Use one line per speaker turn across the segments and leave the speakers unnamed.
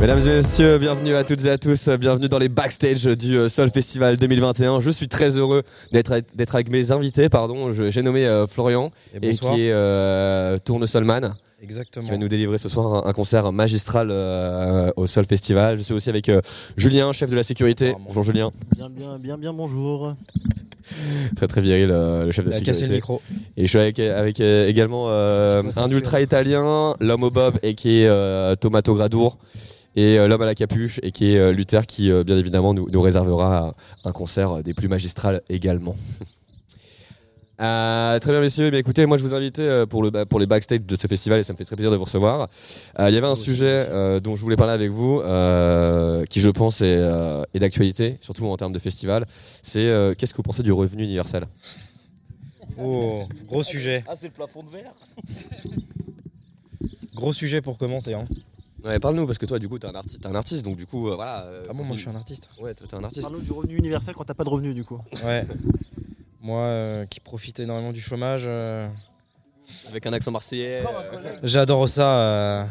Mesdames et messieurs, bienvenue à toutes et à tous, bienvenue dans les backstage du euh, Sol Festival 2021. Je suis très heureux d'être avec- d'être avec mes invités, pardon, Je- j'ai nommé euh, Florian
Et
et
bonsoir.
qui est euh, Tournesolman
Exactement.
qui va nous délivrer ce soir un, un concert magistral euh, au Sol Festival. Je suis aussi avec euh, Julien, chef de la sécurité.
Ah, mon-
Bonjour Julien,
Bien, bien, bien, bien, bonjour.
très très viril euh, le chef de
Il
la
a cassé le
sécurité.
micro.
Et je suis avec, avec euh, également euh,
C'est pas
un
censuré.
ultra italien, l'homme au bob et qui est euh, Tomato Gradour et euh, l'homme à la capuche et qui est euh, Luther qui euh, bien évidemment nous, nous réservera un concert euh, des plus magistrales également. Euh, très bien messieurs, Eh bien, écoutez, moi je vous invite euh, pour, le, ba- pour les backstage de ce festival et ça me fait très plaisir de vous recevoir. Euh, Il y avait un sujet euh, dont je voulais parler avec vous, euh, qui je pense est, euh, est d'actualité, surtout en termes de festival, c'est euh, qu'est-ce que vous pensez du revenu universel
Oh, gros sujet. Ah, c'est le plafond de verre. gros sujet pour commencer. Hein.
Ouais, parle-nous parce que toi, du coup, t'es un, arti- t'es un artiste, donc du coup, euh, voilà. euh,
Ah, bon, moi, je suis un artiste.
Ouais, toi, t'es un artiste.
Parlons du revenu universel quand t'as pas de revenu, du coup.
Ouais. Moi, euh, qui profite énormément du chômage, euh,
Avec un accent marseillais. euh,
j'adore ça. euh,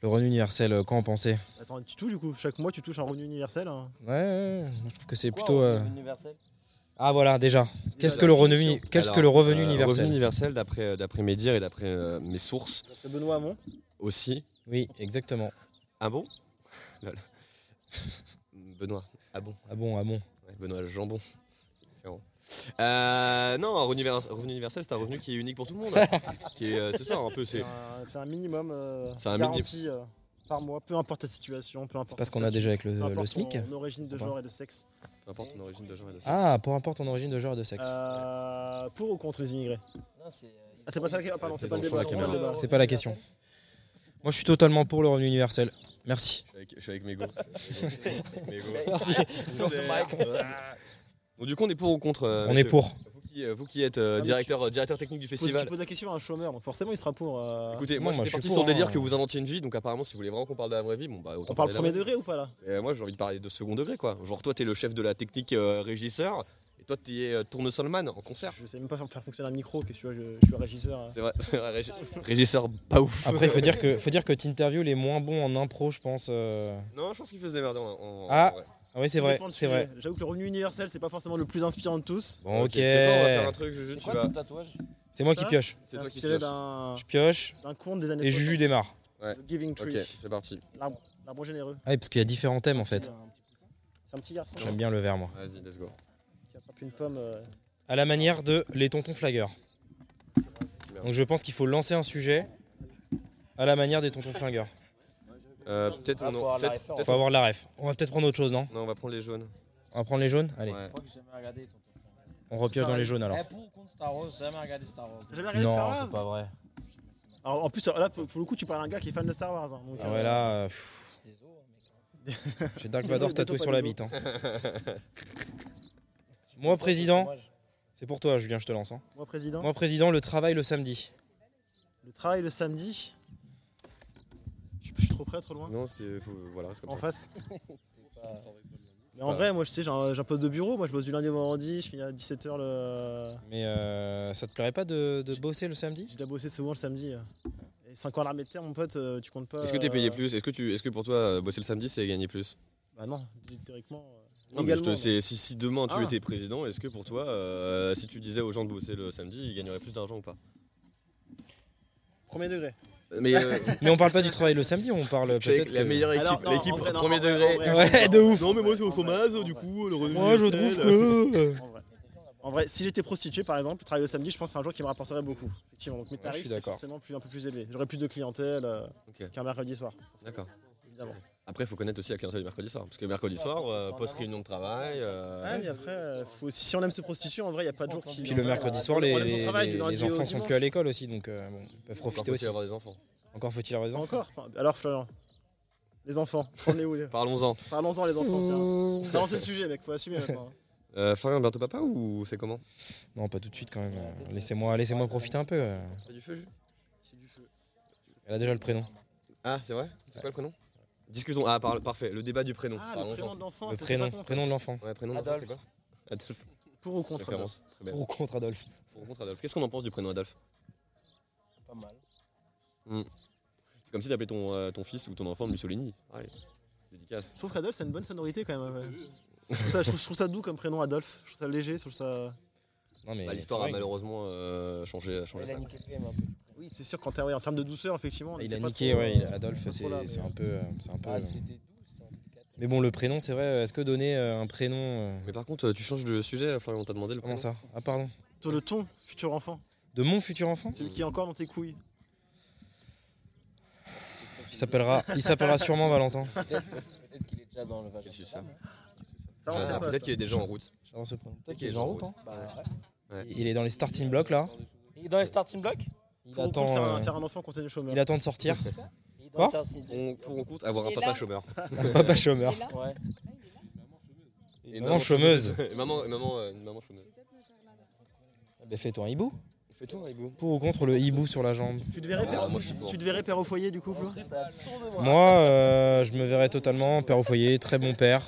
le revenu universel, euh, quand on pensait.
Attends, tu touches, du coup, chaque mois, tu touches un revenu universel. hein.
Ouais, ouais, ouais. Moi, je trouve que c'est plutôt. euh, Ah, voilà, déjà. Qu'est-ce
la
que le revenu,
définition.
qu'est-ce que
alors,
le revenu
euh,
universel
Revenu universel, d'après euh, d'après mes dires et d'après euh, mes sources
C'est Benoît Hamon.
aussi.
Oui, exactement.
Ah bon Lol. Benoît. Ah bon
Ah bon, ah bon.
Ouais, Benoît le jambon. C'est différent. Euh, non, un revenu, revenu universel, c'est un revenu qui est unique pour tout le monde. qui est, euh, c'est ça, un peu.
C'est
C'est
un, c'est un minimum euh,
C'est un
garanti euh, par mois, peu importe ta situation, peu importe.
C'est parce
ta
qu'on a
vie,
déjà avec le,
peu
le
importe
SMIC.
Ton, ton origine de
Ou pas
genre et de sexe.
peu importe ton origine de genre et de sexe.
Ah, peu importe ton origine de genre et de sexe.
Euh, pour ou contre les immigrés Ah, c'est pas ça la question. Pardon, c'est
Ils
pas le
ont changé
débat. c'est pas
la
le
caméra.
débat.
C'est pas la question. Moi, je suis totalement pour le revenu universel. Merci.
Je suis avec, je suis avec Mego. Merci. Donc du coup, on est pour ou contre euh,
On est
messieurs
pour.
Vous qui, euh, vous qui êtes euh,
Ah, mais
directeur, euh, directeur technique du
Pose-
festival.
Tu poses la question à un chômeur, donc forcément il sera pour. euh,
Écoutez,
Non,
moi,
moi,
j'étais
je suis
parti
pour,
sur le délire
hein.
que vous inventiez une vie, donc apparemment, si vous voulez vraiment qu'on parle de la vraie vie, bon bah autant
On parle
parler
premier
de la
degré ou pas là
vraie. Et, euh, moi, j'ai envie de parler de second degré, quoi. Genre, toi, t'es le chef de la technique euh, régisseur, et toi, t'es euh, tournesolman en concert.
Je sais même pas faire faire fonctionner un micro, qu'est-ce que tu vois, je, je suis un régisseur. euh.
C'est vrai, c'est vrai, régi- régisseur pas ouf.
Après, faut dire que faut dire que Tinterview est moins bon en impro, je pense. euh.
Non, je pense qu'il faut se démerder. en- en- en
Ah.
vrai.
Ah oui, c'est
Ça
vrai,
dépend du
c'est
sujet.
vrai.
J'avoue que le revenu universel, c'est pas forcément le plus inspirant de tous.
Bon, ok.
Tu sais quoi, on va faire un truc, Juju, tu vas.
C'est moi
Ça
qui pioche.
C'est toi qui
inspiré
pioches.
d'un
Je pioche
d'un conte des années
et
60.
Juju démarre.
The Giving Tree,
Ok, c'est parti.
l'arbre l'arbre généreux.
Ah, oui, parce qu'il y a différents thèmes en
C'est
fait.
un petit- C'est un petit garçon
J'aime bien le verre, moi.
Vas-y, let's go.
qui attrape une pomme. euh,
À la manière de les tontons flagueurs. Donc, je pense qu'il faut lancer un sujet à la manière des tontons flingueurs.
Euh, peut-être on en- peut-être- peut-être-
Faut avoir de la ref. On va peut-être prendre autre chose, non
Non, on va prendre les jaunes.
On va prendre les jaunes Allez,
Ouais.
on repioche dans
Pareil.
les jaunes alors.
Eh, pour ou contre Star Wars, j'ai jamais regardé Star Wars.
J'ai jamais regardé Star
Non,
Wars.
c'est pas vrai.
Alors, en plus, là, pour, pour le coup, tu parles à un gars qui est fan de Star Wars. hein, donc,
Ah
euh,
ouais, là. euh, pff. J'ai Dark Vador tatoué sur la bite. hein. Moi, président. C'est pour toi, Julien, je te lance. hein.
Moi, président,
Moi, président, le travail le samedi.
le travail le samedi. Je, je suis trop près, trop loin.
Non, c'est euh, faut- voilà, c'est
En
comme ça.
face. Mais en vrai, moi, je sais, j'ai un, j'ai un poste de bureau. Moi, je bosse du lundi au vendredi. Je finis à 17h le.
Mais euh, ça te plairait pas de, de bosser le samedi
J'ai déjà bossé souvent le samedi. euh. Et 5 ans à l'armée de terre, mon pote, euh, tu comptes pas.
Est-ce que t'es payé
euh,
plus Est-ce que tu, est-ce que pour toi euh, bosser le samedi c'est gagner plus
Bah non, théoriquement. euh,
Non, mais je te-
légalement,
c'est- si, si demain tu
Ah.
étais président, est-ce que pour toi, euh, si tu disais aux gens de bosser le samedi, ils gagneraient plus d'argent ou pas
Premier degré.
Mais euh,
Mais on parle pas du travail le samedi, on parle
je sais que
peut-être.
la
que-
meilleure équipe,
Alors, non,
l'équipe
en vrai, non,
premier
en vrai,
degré.
en vrai,
Ouais, de ouf.
Non mais moi c'est au
En vrai,
chômage,
en vrai.
du coup le revenu.
Moi, je trouve que.
En vrai. En vrai, si j'étais prostitué par exemple, travailler le samedi, je pense que c'est un jour qui me rapporterait beaucoup. Effectivement, donc mes
je suis
tarifs seraient
d'accord.
forcément plus, un peu plus élevés. J'aurais plus de clientèle euh,
Ok.
qu'un mercredi soir.
D'accord.
évidemment.
Après, il faut connaître aussi la clientèle du mercredi soir. Parce que mercredi soir, euh, post-réunion de travail. euh,
Ah, mais après, euh, faut, si on aime se prostituer, en vrai, il n'y a pas de jour qui.
Puis le mercredi soir, les,
On aime son
les-
travail,
les
du lundi au
enfants sont que à
dimanche.
l'école aussi, donc euh, bon, ils peuvent
encore
profiter
faut-il
aussi.
avoir des enfants.
Encore faut-il avoir des enfants.
Encore Alors, Florian. Les enfants, on est où les-
Parlons-en.
Parlons-en, les enfants. tiens. Non, c'est le sujet, mec, faut assumer maintenant. hein.
Euh, Florian, bientôt papa ou c'est comment
Non, pas tout de suite quand même. euh, Laissez-moi laissez-moi profiter un peu. euh.
Pas du feu,
Elle a déjà le prénom.
Ah, c'est vrai C'est quoi le prénom Discutons. Ah, par- parfait. Le débat du prénom.
Ah, le
Parlons-en.
prénom de l'enfant,
Le
c'est
prénom,
pas con, ça.
prénom de l'enfant.
Ouais, prénom d'enfant, c'est quoi Adolphe.
Pour ou contre Adolphe
Référence. Très bien.
Pour ou contre Adolphe
Pour ou contre Adolphe. Qu'est-ce qu'on en pense du prénom Adolphe Hmm.
Pas mal.
C'est comme si t'appelais ton, euh, ton fils ou ton enfant Mussolini. Ouais. Dédicace.
Je trouve qu'Adolphe, c'est une bonne sonorité quand même. ouais. Je, trouve ça, je trouve- je trouve ça doux comme prénom, Adolphe. Je trouve ça léger, je trouve ça.
Non, mais
Bah, L'histoire a
c'est vrai.
malheureusement euh, changé, changé
Il
ça.
a niqué PM un peu.
Oui, c'est sûr qu'en termes ouais, en termes de douceur, effectivement. on
Il
était
a
pas
niqué,
trop,
ouais,
euh,
il- Adolphe,
pas trop là,
c'est c'est
mais-
un peu. euh, c'est un peu euh,
Ah, c'était doux, c'était un délicat.
Mais bon, le prénom, c'est vrai. Est-ce que donner euh, un prénom. euh,
Mais par contre, euh, tu changes de sujet, Florian, on t'a demandé le
Comment
prénom.
ça Ah, pardon.
Sur le ton, futur enfant.
De mon futur enfant
Celui qui est encore dans tes couilles.
Il s'appellera, il s'appellera sûrement Valentin.
Peut-être peut-être qu'il est déjà dans le vagin.
Qu'est-ce
de
que
sa
c'est
femme, hein.
Ça, on
Ah,
sait pas,
Peut-être
ça.
qu'il est déjà en route.
J'adore ce prénom.
Peut-être
qu'il
qu'il
est
est
genre
en
route.
route. hein. Bah, ouais.
Il est dans les starting blocks là.
Il est dans les starting blocks
Il
Pour ou contre
attend,
faire, un-
euh,
faire un enfant contre le chômeur.
il attend de sortir.
Il est dans
Quoi
les starting-
On, pour ou contre avoir un
Et
papa
là-
chômeur.
Papa chômeur.
Ouais.
Et
Maman chômeuse.
Et maman, et maman, euh, une maman chômeuse.
Ah bah, Fais-toi un hein, hibou.
Fais tout, Ribou.
Pour ou contre le hibou sur la jambe
Tu te verrais père,
Ah, moi, je suis
tu,
pour.
tu te verrais père au foyer du coup, Flo
Moi, euh, je me verrais totalement père au foyer, très bon père,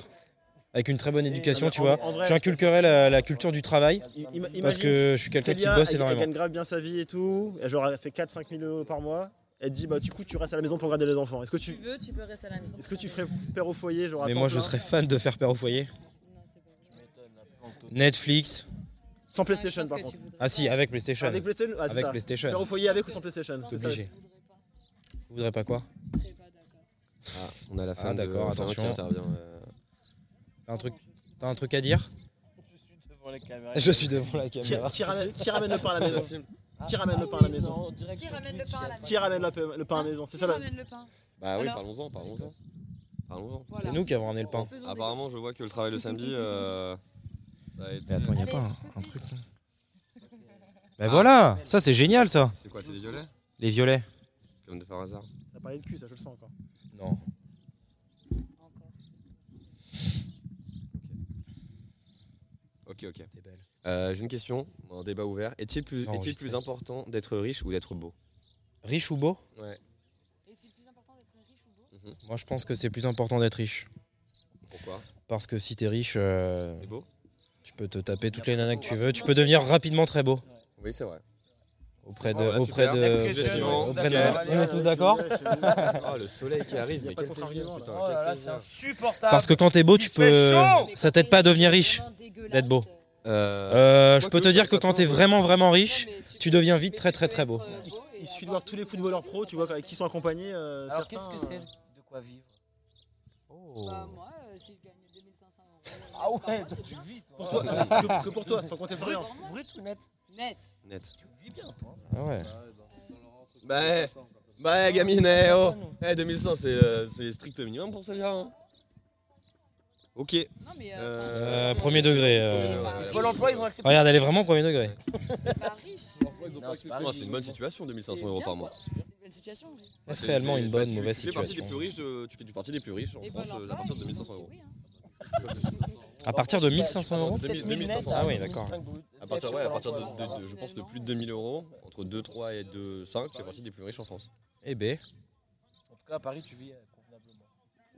avec une très bonne éducation,
mais
tu
en-
vois.
en vrai-
J'inculquerais la, la culture du travail
I- im-
parce
imagine
que je suis quelqu'un qui
Célia,
bosse
elle- Elle
énormément.
gagne grave bien sa vie et tout. Elle, genre, elle fait 4-5 000 euros par mois. Elle te dit, bah, du coup, tu restes à la maison pour garder les enfants. Est-ce que tu,
veux, tu peux rester à la maison.
est-ce que tu ferais père au foyer, genre, à
Mais
temps
moi, je
plein,
serais fan de faire père au foyer.
Non, c'est pas vrai.
Netflix.
Sans
Ah,
PlayStation,
je pense
par
que
contre.
tu voudrais
Ah si,
pas.
avec PlayStation.
Avec
Avec,
PlayStation, ah, c'est ça. Père
PlayStation.
au foyer avec ou sans PlayStation
C'est
c'est ça.
obligé. Vous voudrez pas quoi
Je serais pas d'accord.
Ah, on a la femme
Ah, d'accord,
de Florian qui
attention.
intervient. euh.
T'as un truc, t'as un truc à dire
Je suis devant la caméra.
Je suis devant la
Qui,
caméra.
qui ramène, qui ramène le pain à la maison
Ah,
qui ramène
ah
le pain à
oui,
la maison
non, direct
Qui
sur
ramène
Twitch,
le pain à
il y a
la
ça.
maison
Qui ramène le pain, le pain à la maison C'est ça la.
ramène le pain.
Bah oui,
Alors
parlons-en, parlons-en. Parlons-en.
Voilà.
C'est nous qui avons ramené le pain.
Faisons des
Apparemment, je vois que le travail le samedi, euh, ça a été. euh,
Mais attends, il n'y a
Allez,
pas un,
petit.
un truc là Ben voilà Ça, c'est génial ça
C'est quoi, c'est des violets
Les violets
Comme de faire hasard.
Ça parlait de cul, ça, je le sens encore.
Non.
bêtises. Encore.
Ok, ok.
T'es belle.
Euh, J'ai une question, un débat ouvert. Est-il plus,
Non,
est-il
enregistré.
plus important d'être riche ou d'être beau
Riche ou beau
Ouais. Mhm.
Est-il plus important d'être riche ou beau
Moi, je pense que c'est plus important d'être riche.
Pourquoi
Parce que si t'es riche, euh,
T'es beau
tu peux te taper toutes les nanas que tu veux. Tu peux devenir rapidement très beau.
Oui, c'est vrai.
Auprès de.
Oh, bah,
auprès
super.
de.
Next
question. Next
auprès de- auprès de-
question.
On est tous d'accord
Ah, le soleil qui arrive,
Y a
mais
pas
quel
de
plaisir,
contrariement, là.
putain,
Oh
quel
là là, c'est
plaisir.
insupportable.
Parce que quand t'es beau,
Il
tu
fait
peux.
chaud
Ça t'aide pas à devenir riche. d'être beau.
Euh,
Euh, je
Quoique,
peux te
ça-
dire que
ça
quand
peut-
t'es vraiment, vraiment riche, tu deviens vite très, très, très beau.
Il suffit de voir tous les footballeurs pros, tu vois, avec qui sont accompagnés. euh,
Alors
certains,
qu'est-ce que c'est
euh,
De quoi vivre
Bah, moi, euh, si je gagnais 2500 euros.
Ah
par
ouais,
mois, c'est
donc tu
bien.
vis toi.
Pour bah, toi, euh, que, que pour toi, sans compter
Brut,
Florian.
brut ou net
Net.
Net.
Tu vis bien toi.
Ah ouais.
Bah, eh, bah, eh, gamine, eh, oh. Eh, 2100, c'est euh, c'est strict minimum pour celle-là. hein. Ok.
Non, mais.
Euh,
enfin, tu vois,
euh,
c'est-
premier degré,
c'est
euh,
pas riche,
Pôle emploi, ils ont accepté.
Regarde, elle est vraiment premier degré.
C'est pas riche.
Non, c'est pas
Ouais,
riche.
c'est une bonne situation, 2500
C'est
euros
bien,
par mois.
quoi. C'est une bonne situation. oui.
Est-ce
C'est-
réellement
c'est-
une bonne,
tu-
mauvaise
tu fais partie des
situation
plus riches de- Tu fais du partie des plus riches en
Et
France
Pôle
euh, à
emploi,
partir de
ils ont
2500
dit
euros.
oui, hein.
À partir de 1500 euros
2500.
Ah oui, d'accord.
hein. À partir, ouais, à partir de, de- de- je
Finalement,
pense, de plus de
euh,
2000 euros, entre 2, 3 et 2, 5, tu fais partie des plus riches en France.
Eh ben,
En tout cas, à Paris, tu vis euh, convenablement.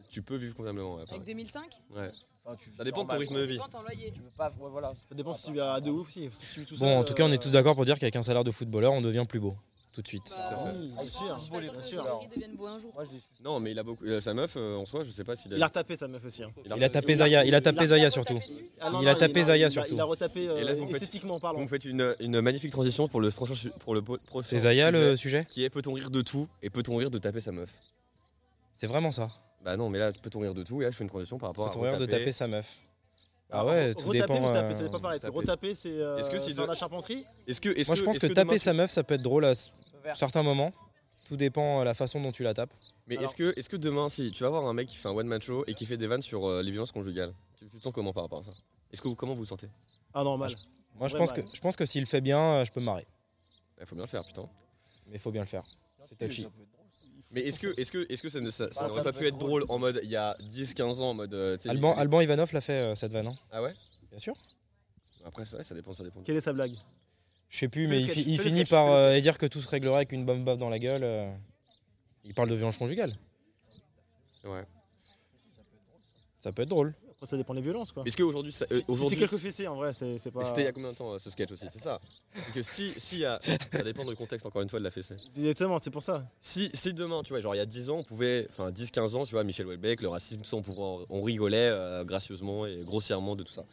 Tu peux vivre convenablement, ouais.
Avec
pareil.
2005
Ouais.
Enfin, tu vis
Ça dépend de ton
normal,
rythme
quoi.
de vie.
Vente en loyer.
Tu veux pas, ouais, voilà.
Ça dépend si tu vas à deux ouf aussi. Parce que si tu vis tout
bon,
seul,
en tout cas, on est
euh,
tous d'accord pour dire qu'avec un salaire de footballeur, on devient plus beau. Tout de suite.
Bah,
fait.
oui, bien
franchement,
euh, sûr.
Je suis pas sûr
Bien
que
sûr.
Jean-Marie devienne beau un jour.
Moi, je les suis.
Non, mais il a beaucoup. euh, Sa meuf, euh, en soi, je sais pas s'il
Il a retapé sa meuf aussi. hein.
Il a tapé Zaya, il a tapé Zaya surtout.
Ah,
Il a tapé Zaya,
il
surtout.
Il a retapé euh,
Et là, vous me faites-
esthétiquement
Vous
parlant.
me faites une, une magnifique transition pour le prochain. su- Pour le po- prochain
C'est Zaya
sujet,
le sujet
Qui est peut-on rire de tout et peut-on rire de taper sa meuf
C'est vraiment ça.
Bah non, mais là, peut-on rire de tout Et là, je fais une transition par rapport
Quand on
à.
rêve de
retaper.
taper sa meuf. Ah
Alors,
ouais,
re-
tout
retaper,
dépend.
Retaper,
euh,
c'est pas pareil. parce que
taper.
Retaper, c'est euh,
Est-ce que si
faire
de-
de la charpenterie.
Est-ce que. est-ce
Moi, je pense
est-ce
que taper
demain-
sa meuf, ça peut être drôle à s-
Feu vert.
certains moments. Tout dépend euh, la façon dont tu la tapes.
Mais
Alors-
est-ce que, est que demain, si tu vas voir un mec qui fait un one-man show et qui fait des vannes sur euh, les violences conjugales, tu, tu te sens comment par rapport à ça Est-ce que vous, comment vous vous sentez
Ah, normal.
Moi, je
Ouais,
pense, que,
bah,
je pense que s'il le fait bien, euh, je peux me marrer.
Il Bah, faut bien le faire, putain.
Mais il faut bien le faire. C'est touchy.
Mais est-ce que, est que, est que ça ne- ça- ça
Bah,
n'aurait
ça
pas
peut
pu
être
être drôle en mode il y a 10-15 ans en mode. euh, t'es-
Alban, Alban Ivanov l'a fait, euh, cette vanne. hein.
Ah ouais
Bien sûr.
Après, ça, ça dépend, ça dépend.
Quelle est sa blague
Je sais plus,
Fais
mais
le
il,
sketch,
fi- il
fais le
finit
sketch,
par
fais le
euh, dire que tout se réglera avec une bombe bave dans la gueule. euh. Il parle de violence conjugale.
Ouais.
Ça peut être drôle.
Après, Ça dépend des violences, quoi.
Mais Est-ce qu'aujourd'hui. ça- euh,
Si- si c'est
aujourd'hui-
quelques fessées, en vrai, c'est c'est pas.
Mais c'était il y a combien de temps euh, ce sketch aussi C'est ça. C'est que si, si y a- ça dépend du contexte encore une fois de la fessée.
Exactement, c'est pour ça.
Si, si demain, tu vois, genre il y a 10 ans, on pouvait, enfin 10-15 ans, tu vois, Michel Houellebecq, le racisme, ça, on, pouvait en- on rigolait euh, gracieusement et grossièrement de tout ça.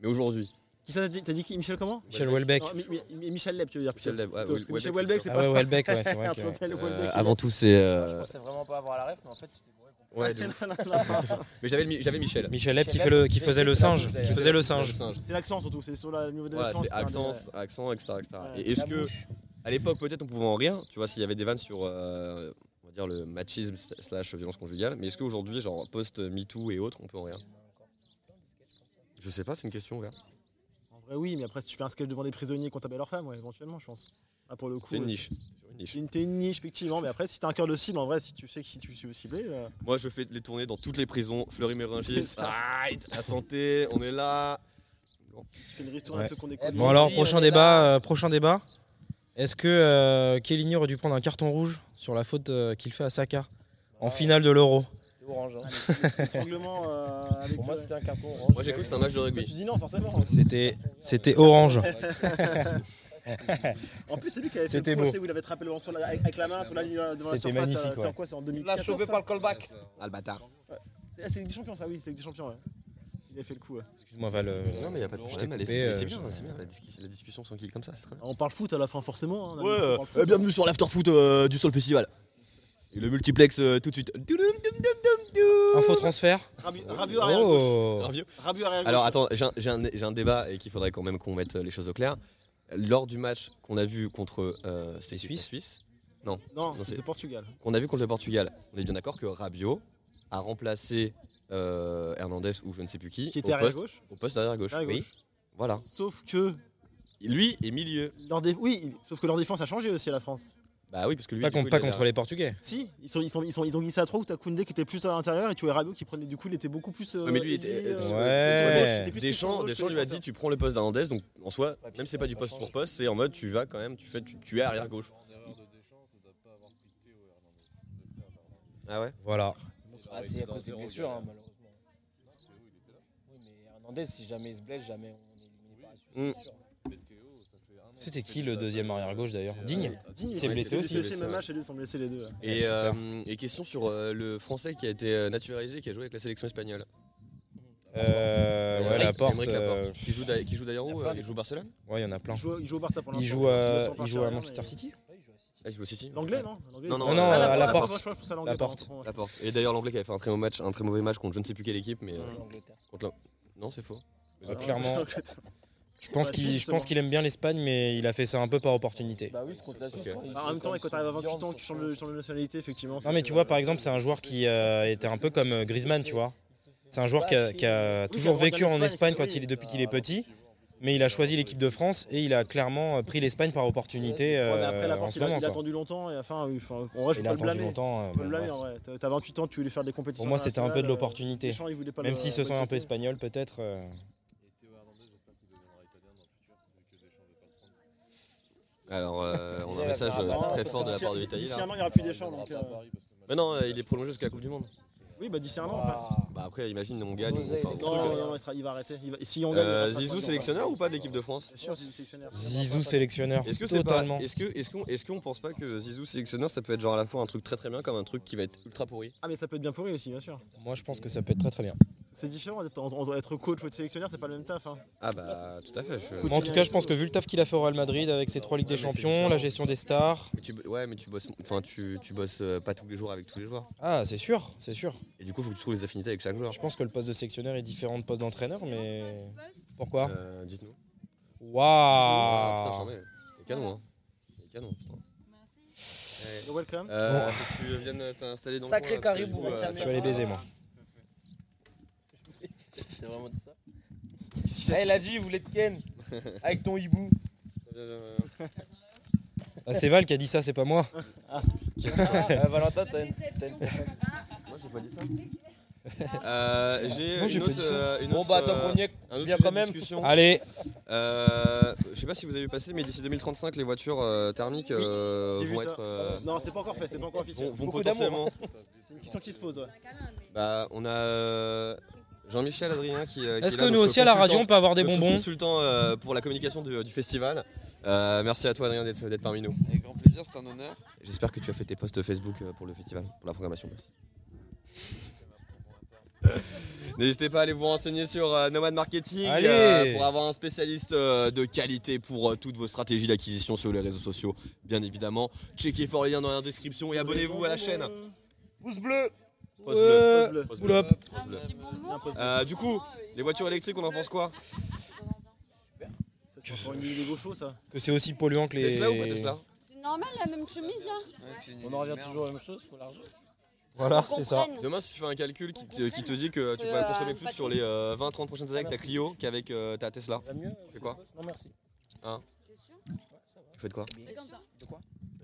Mais aujourd'hui,
Qui ça t'as dit T'as dit qui Michel comment
Michel Houellebecq.
Non, Mi- Mi- Mi- Michel Leb, tu veux dire
Michel Leb, ouais,
plutôt.
Houellebecq,
Michel
c'est
Houellebecq,
sûr.
c'est
Ah
pas.
ouais, Houellebecq, ouais, c'est vrai.
Un
que-
tropel Houellebecq.
tout, c'est. euh,
euh,
Je pensais vraiment pas avoir la ref, mais en fait, tu t'es gouré. complètement.
Ouais, de ouf. Mais j'avais, le mi- j'avais Michel.
Michel Leb qui,
Michel
fait le,
Leb,
qui
c'est-
faisait le
c'est la
singe.
bouche
Qui
d'ailleurs.
faisait le singe.
C'est l'accent surtout, c'est sur la- le niveau de
Voilà,
l'accent.
c'est
c'était un des-
accent, accent, etc. etc.
Ouais.
Et est-ce
La
que,
bouche.
à l'époque, peut-être on pouvait en rire, tu vois, s'il y avait des vannes sur, euh, on va dire, le machisme slash violence conjugale, mais est-ce qu'aujourd'hui, genre post-MeToo et autres, on peut en rire Je sais pas, c'est une question, ouverte.
En vrai, oui, mais après, si tu fais un sketch devant des prisonniers qu'on t'appelle leurs femmes, ouais, éventuellement, je pense. Ah, pour le coup.
C'est une
euh,
niche. Sur une niche.
C'est une, t'es une niche, effectivement, mais après, si t'as un cœur de cible, en vrai, si tu sais que si tu suis ciblé. euh,
Moi, je fais les tournées dans toutes les prisons.
C'est
Fleury-Mérangis,
ça.
arrête, la santé, on est là.
Tu fais une ristourne à
Ouais.
ceux qu'on
Eh ben,
Bon,
Oui,
alors,
on
prochain
est
débat.
là.
euh, prochain débat. Est-ce que euh, Chiellini aurait dû prendre un carton rouge sur la faute euh, qu'il fait à Saka en
Ouais,
finale de l'Euro
C'était orange. hein.
L'étranglement euh, avec.
Pour moi,
euh,
c'était un carton orange.
Moi, j'ai cru que c'était un match de
toi,
rugby.
tu dis non, forcément.
C'était c'était orange.
En plus, c'est lui qui avait fait
C'était
le pro,
beau.
tu sais, où il avait frappé le ballon sur la- avec, avec la main sur la ligne euh, devant la
C'était
surface.
magnifique,
euh, C'est
ouais.
en quoi C'est en
Il l'a
2014
chopé
ça
par le callback.
Ah, le bâtard.
Ah, C'est Ligue des Champions, ça, oui, c'est Ligue des Champions, ouais. Il a fait le coup. ouais.
Excuse-moi, Val. euh,
Non, mais il a pas de
je t'ai
problème. allez,
coupé,
C'est
euh,
c'est bien,
je-
c'est bien. La, discu- la discussion s'enquille comme ça, c'est très bien.
On parle foot à la fin, forcément. hein, on a-
Ouais,
on
euh,
parle foot.
euh, bienvenue sur l'afterfoot euh, du Sol Festival. Et le multiplex euh, tout de suite. Doudoum, doum, doum, doum, doum.
Info transfert.
Rabi- Rabiot arrière gauche.
Oh.
Rabiot.
Rabiot arrière
Alors
gauche.
attends, j'ai un, j'ai un- j'ai un débat et qu'il faudrait quand même qu'on mette euh, les choses au clair. Lors du match qu'on a vu contre euh, c'était
Suisse.
Suisse Non,
Non,
c'est-
c'était Portugal.
qu'on a vu contre le Portugal. On est bien d'accord que Rabiot a remplacé euh, Hernandez ou je ne sais plus qui,
Qui était
au,
arrière
poste,
gauche.
au poste arrière gauche.
Arrière
Oui,
gauche.
voilà.
Sauf que
Lui est milieu.
leur dé- oui, sauf que leur défense a changé aussi à la France.
Bah oui, parce que lui.
Pas,
du
contre-
coup, il
pas
est
contre
là.
les Portugais.
Si, ils sont ils sont ils sont ils ont glissé à 3 où t'as Koundé qui était plus à l'intérieur et tu vois Rabiot qui prenait du coup, il était beaucoup plus euh,
Ouais, mais lui, il était-
ailier,
euh,
euh,
Ouais.
gauche, il était plus
Deschamps,
gauche que
Deschamps lui a dit
défenseur.
tu prends le poste d'Hernandez donc en soi
Ouais, puis
même si c'est
ça
pas
va
du
pas
poste
changer.
pour poste c'est en mode tu vas quand même tu fais tu, tu es arrière gauche. Ah ouais
Voilà.
Ah, c'est à cause des blessures, hein, malheureusement. Oui, mais Hernandez, si jamais il se blesse, jamais on est éliminé par la Suisse,
Mm.
c'est sûr.
C'était qui le deuxième arrière gauche d'ailleurs Digne.
euh, Digne,
Il s'est
il
blessé
s'est
aussi.
blessé le même match et lui ils sont blessés les deux. là.
Et, euh, et question sur euh, le français qui a été euh, naturalisé qui a joué avec la sélection espagnole.
Euh, ouais,
Emeric-
la porte.
Emeric Laporte.
euh,
Qui joue d'ailleurs qui joue d'ailleurs où
Il y a
euh,
plein
Il joue au Barcelone
Ouais, il y en a plein.
Il joue, il joue au Barça pour
Il
l'instant.
joue à,
Ils sont
il joue
pas
à
chers,
Manchester
mais-
City
Ouais, il joue à City.
Ah, il joue au City.
L'anglais non L'anglais,
Non, non,
ils-
non,
Ah,
euh, à la
Porte,
Porte.
je pense que c'est à l'anglais,
La Porte.
pardon,
La porte. Et d'ailleurs l'anglais qui avait fait un très, mauvais match, un très mauvais match contre je ne sais plus quelle équipe mais euh,
Ouais.
L'Angleterre.
contre la- non c'est faux.
Ouais,
Ah,
pardon.
clairement. Je pense
Bah,
Ouais,
qu'il je
justement.
pense qu'il aime bien l'Espagne, mais il a fait ça un peu par opportunité.
Ah
Bah oui, c'est contre la Suisse.
Ok.
quoi. Ils
Bah, en
sont
même temps,
comme-
et
ils
quand
sont
t'arrives à 28
viandes,
ans,
ils
que tu
sont
changes de, changes de nationalité, effectivement.
Non, mais tu vois, par exemple, c'est un joueur qui euh, était un peu comme euh, Griezmann, tu vois. C'est un joueur qui a, qui a toujours
qui a
vécu en
grandi en Espagne,
Espagne quand il est,
oui.
depuis qu'il est petit, mais il a choisi l'équipe de France et il a clairement euh, pris l'Espagne par opportunité
Ouais, mais
euh,
après, la
en
porte,
ce
il a, il
moment.
a
quoi.
attendu longtemps. Et enfin, oui, enfin, en vrai, je
Il
peux
a
le
attendu
blâmer.
longtemps. euh,
Je peux
bon,
le blâmer,
bref.
en vrai. T'as t'as 28 ans, tu voulais faire des compétitions.
Pour moi, c'était un peu de
internationales, euh,
l'opportunité.
Deschamps, il voulait pas
Même
le-
s'il se
pas
sent un peu
le traiter.
espagnol, peut-être. euh,
Alors euh, on a un
Déjà,
message euh,
Caravan,
très fort de la
D'ici-
part de l'Italie
D'ici
là.
un an, il n'y aura plus Deschamps. Donc, euh,
Mais non euh, il est prolongé jusqu'à la Coupe du Monde.
oui, bah d'ici un an. en
Ah,
Bah après imagine on gagne.
Oseille,
enfin,
les
on-
fait. Non,
Oseille.
non, non, il sera- il va arrêter. Il va- et si on gagne, il
Euh,
restera
Zizou
champion.
sélectionneur ou pas de l'équipe de France
Bien sûr, Zizou sélectionneur.
Zizou sélectionneur.
Est-ce que c'est pas
totalement.
est-ce que est-ce qu'on est-ce qu'on pense pas que Zizou sélectionneur ça peut être genre à la fois un truc très très bien comme un truc qui va être ultra pourri
Ah, mais ça peut être bien pourri aussi, bien sûr.
Moi, je pense que ça peut être très très bien.
C'est différent. d'être- on- on doit Être coach ou être sélectionneur, c'est pas le même taf. hein.
Ah bah tout à fait. je-
Moi, en tout cas, je pense que vu le taf qu'il a fait au Real Madrid avec ses trois Ligues des
Ouais, mais c'est
Champions,
différent.
la gestion des stars.
Mais tu, ouais mais tu bosses enfin tu, tu bosses euh, pas tous les jours avec tous les joueurs.
Ah, c'est sûr, c'est sûr.
Et du coup faut que tu trouves les affinités avec chaque joueur.
Je pense que le poste de sélectionneur est différent de poste d'entraîneur, mais pourquoi
Euh, dites-nous. Ah, putain, j'en
Waouh
ai. T'es canon hein. T'es canon putain.
You're welcome.
Euh, faut que tu viennes t'installer dans
Sacré
le coin, là, parce que
caribou,
du coup,
hein,
euh,
Je vais aller baiser, moi.
C'était vraiment de ça. Eh, Elle a dit, vous voulez te ken avec ton hibou.
Euh,
Ah, c'est Val qui a dit ça, c'est pas moi.
Ah,
Ah,
Euh, Ah. Valentin, t'as une.
Déception.
Moi, j'ai pas dit ça. Euh, j'ai
Non, j'ai
une
pas
autre,
dit ça.
euh, une
Bon
autre,
bah tant
euh,
qu'on y est,
un autre
viens
sujet
quand
de
même.
discussion.
Allez,
Euh, je sais pas si vous avez vu passer, mais d'ici 2035, les voitures euh, thermiques euh,
J'ai vu
vont
ça. Ah,
être euh,
Non, c'est pas encore fait, c'est pas encore officiel.
vont, vont
Beaucoup
potentiellement.
C'est une question qui se pose, ouais.
Bah, on a euh, Jean-Michel Adrien qui. euh, qui
est-ce
est
que
là,
nous
notre
aussi à la radio
consultant-
on peut avoir des
notre
bonbons
consultant euh, pour la communication du, du festival. Euh, merci à toi Adrien d'être d'être parmi nous.
Avec grand plaisir, c'est un honneur.
J'espère que tu as fait tes posts Facebook euh, pour le festival, pour la programmation. Merci. N'hésitez pas à aller vous renseigner sur euh, Nomad Marketing euh,
Allez
pour avoir un spécialiste euh, de qualité pour euh, toutes vos stratégies d'acquisition sur les réseaux sociaux, bien évidemment. Checkez fort les liens dans la description et abonnez-vous à la chaîne.
Pouce bleu
Pause bleue.
Pause bleue.
Pause
Pull
bleue.
up.
Pause bleue.
Un petit bonbon.
Un pause bleue.
Euh, du coup, les voitures électriques, on en pense quoi
Ça, C'est encore une idée gaucho, ça.
Que c'est aussi polluant que les.
Tesla ou pas Tesla
C'est normal la même chemise là.
On en revient toujours à la même chose, faut l'argent.
Voilà,
Qu'on
c'est ça.
comprenne.
Demain, si tu fais un calcul qui te,
Qu'on
qui te dit que tu
Euh,
vas consommer
un
plus
paquet.
sur les euh, 20-30 prochaines années avec ta Clio qu'avec euh, ta Tesla,
Va mieux
C'est quoi
Non merci.
T'es sûr
Ouais, ça va.
tu fais de quoi
C'est comme ça.
De quoi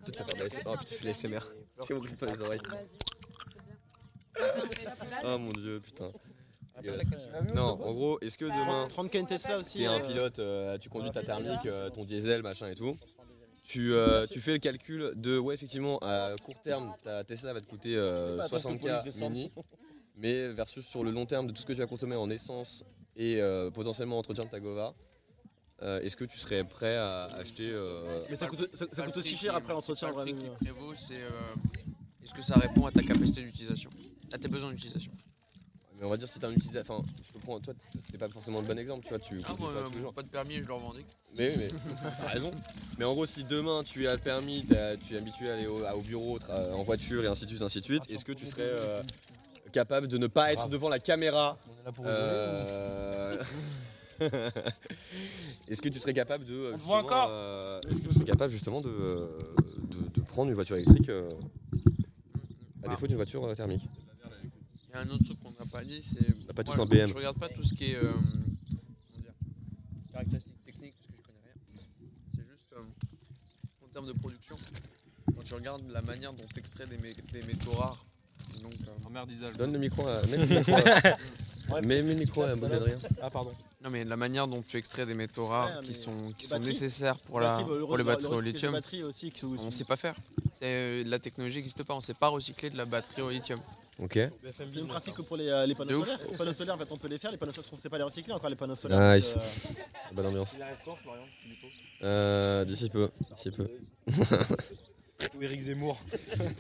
Te faire de la S- Oh putain, je fais l'ASMR. C'est horrible dans les oreilles. Oh mon dieu, putain.
Rappelle laquelle tu vas mieux
Non, en gros, est-ce que demain,
30K Bah, Tesla aussi.
t'es un
euh,
pilote, euh, tu
Ah,
conduis ta thermique, euh, ton diesel, machin et tout,
Je prends le deuxième.
tu, euh, tu fais le calcul de, ouais, effectivement, à court terme, ta Tesla va te coûter euh,
Attends que le police
60K
descende.
mini, mais versus sur le long terme de tout ce que tu vas consommer en essence et euh, potentiellement entretien de ta Gova, euh, est-ce que tu serais prêt à acheter euh,
Mais ça coûte, ça, ça coûte aussi cher après l'entretien,
Le prix qui
vraiment.
prévaut, c'est euh, est-ce que ça répond à ta capacité d'utilisation, à tes besoins d'utilisation.
Mais on va dire si t'es un utilisateur. Enfin, je peux prendre. Toi, t- t'es pas forcément le bon exemple, tu vois. Tu
Ah,
conduis
moi,
pas
euh,
tous les jours.
pas de permis, je le revendique.
Mais oui, mais t'as raison. Mais en gros, si demain tu as le permis, t'as- tu es habitué à aller au, à- au bureau, tra- euh, en voiture et ainsi de suite, ainsi de suite,
Ah,
est-ce que tu serais euh, capable de ne pas être devant la caméra
On est là pour rigoler.
euh, Est-ce que tu serais capable de. euh,
On te voit
justement,
encore
euh, Est-ce que tu serais capable justement de, euh, de, de prendre une voiture électrique euh, à
Ah.
défaut d'une voiture euh, thermique
Il y a un autre truc qu'on n'a pas dit, c'est.
n'a pas
moi,
tous un
je-
BM.
Je regarde pas tout ce qui est. euh, comment dire, caractéristiques techniques, parce que je connais rien. C'est juste. euh, en termes de production, quand tu regardes la manière dont tu extrais des, mé- des métaux rares, donc.
Oh,
euh,
Donne le micro à. Mets le micro à,
Ouais,
mets le micro à la bouche d'Adrien.
Ah pardon.
non, mais la manière dont tu extrais des métaux rares
Ouais, mais
qui sont, qui
les
sont
batteries-
nécessaires pour, la,
Après, le
pour
re- le
les batteries au
recyclage des
lithium.
batteries aussi qui sont
On sait pas faire. C'est- euh, la technologie n'existe pas. On sait pas recycler de la batterie au lithium.
Ok.
C'est le même
hein.
principe que pour les, euh, les
De
panneaux
ouf.
solaires. Les panneaux solaires, en fait, on peut les faire. Les panneaux solaires, on sait pas les recycler encore. Les panneaux solaires.
Nice.
Donc, euh,
Bonne ambiance.
Il arrive quand Florian du coup
Euh, d'ici peu. D'ici peu.
Ou Eric Zemmour.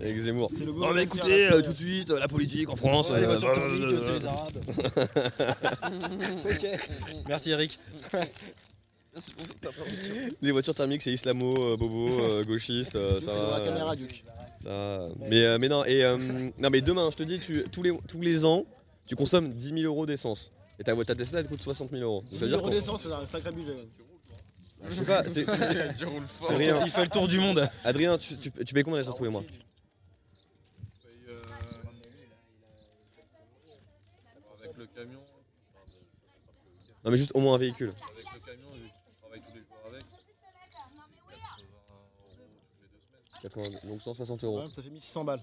Avec Zemmour.
c'est le
Bon, bah
gouvernement qui
écoutez,
a
euh,
fait-
tout de suite, euh, la politique en France.
Ouais, les
euh, bah,
voitures
blablabla.
thermiques, c'est les Arabes. ok. Merci Eric.
Les voitures thermiques, c'est islamo, euh, bobo, euh, gauchiste, euh,
Duke,
ça
t'es dans
va.
la
euh,
caméra, Duke.
ça va. Mais, euh, mais non, et, euh, non, mais demain, je te dis, tu- tous, les, tous les ans, tu consommes 10 000 euros d'essence. Et ta, ta Tesla, elle coûte 60 000 euros. Donc, Ça veut dire
Numéro
qu'on-
d'essence, c'est un sacré budget.
Je sais pas, c'est- tu sais-
tu roules fort.
Adrien,
Il fait le tour du monde.
Adrien, tu, tu, tu payes combien d'essence tous les mois
Euh,
Avec le camion.
Non, mais juste au moins un véhicule.
Avec le camion, je travaille tous les jours avec.
80, donc 160 euros.
Ouais, Ça fait 1600 balles.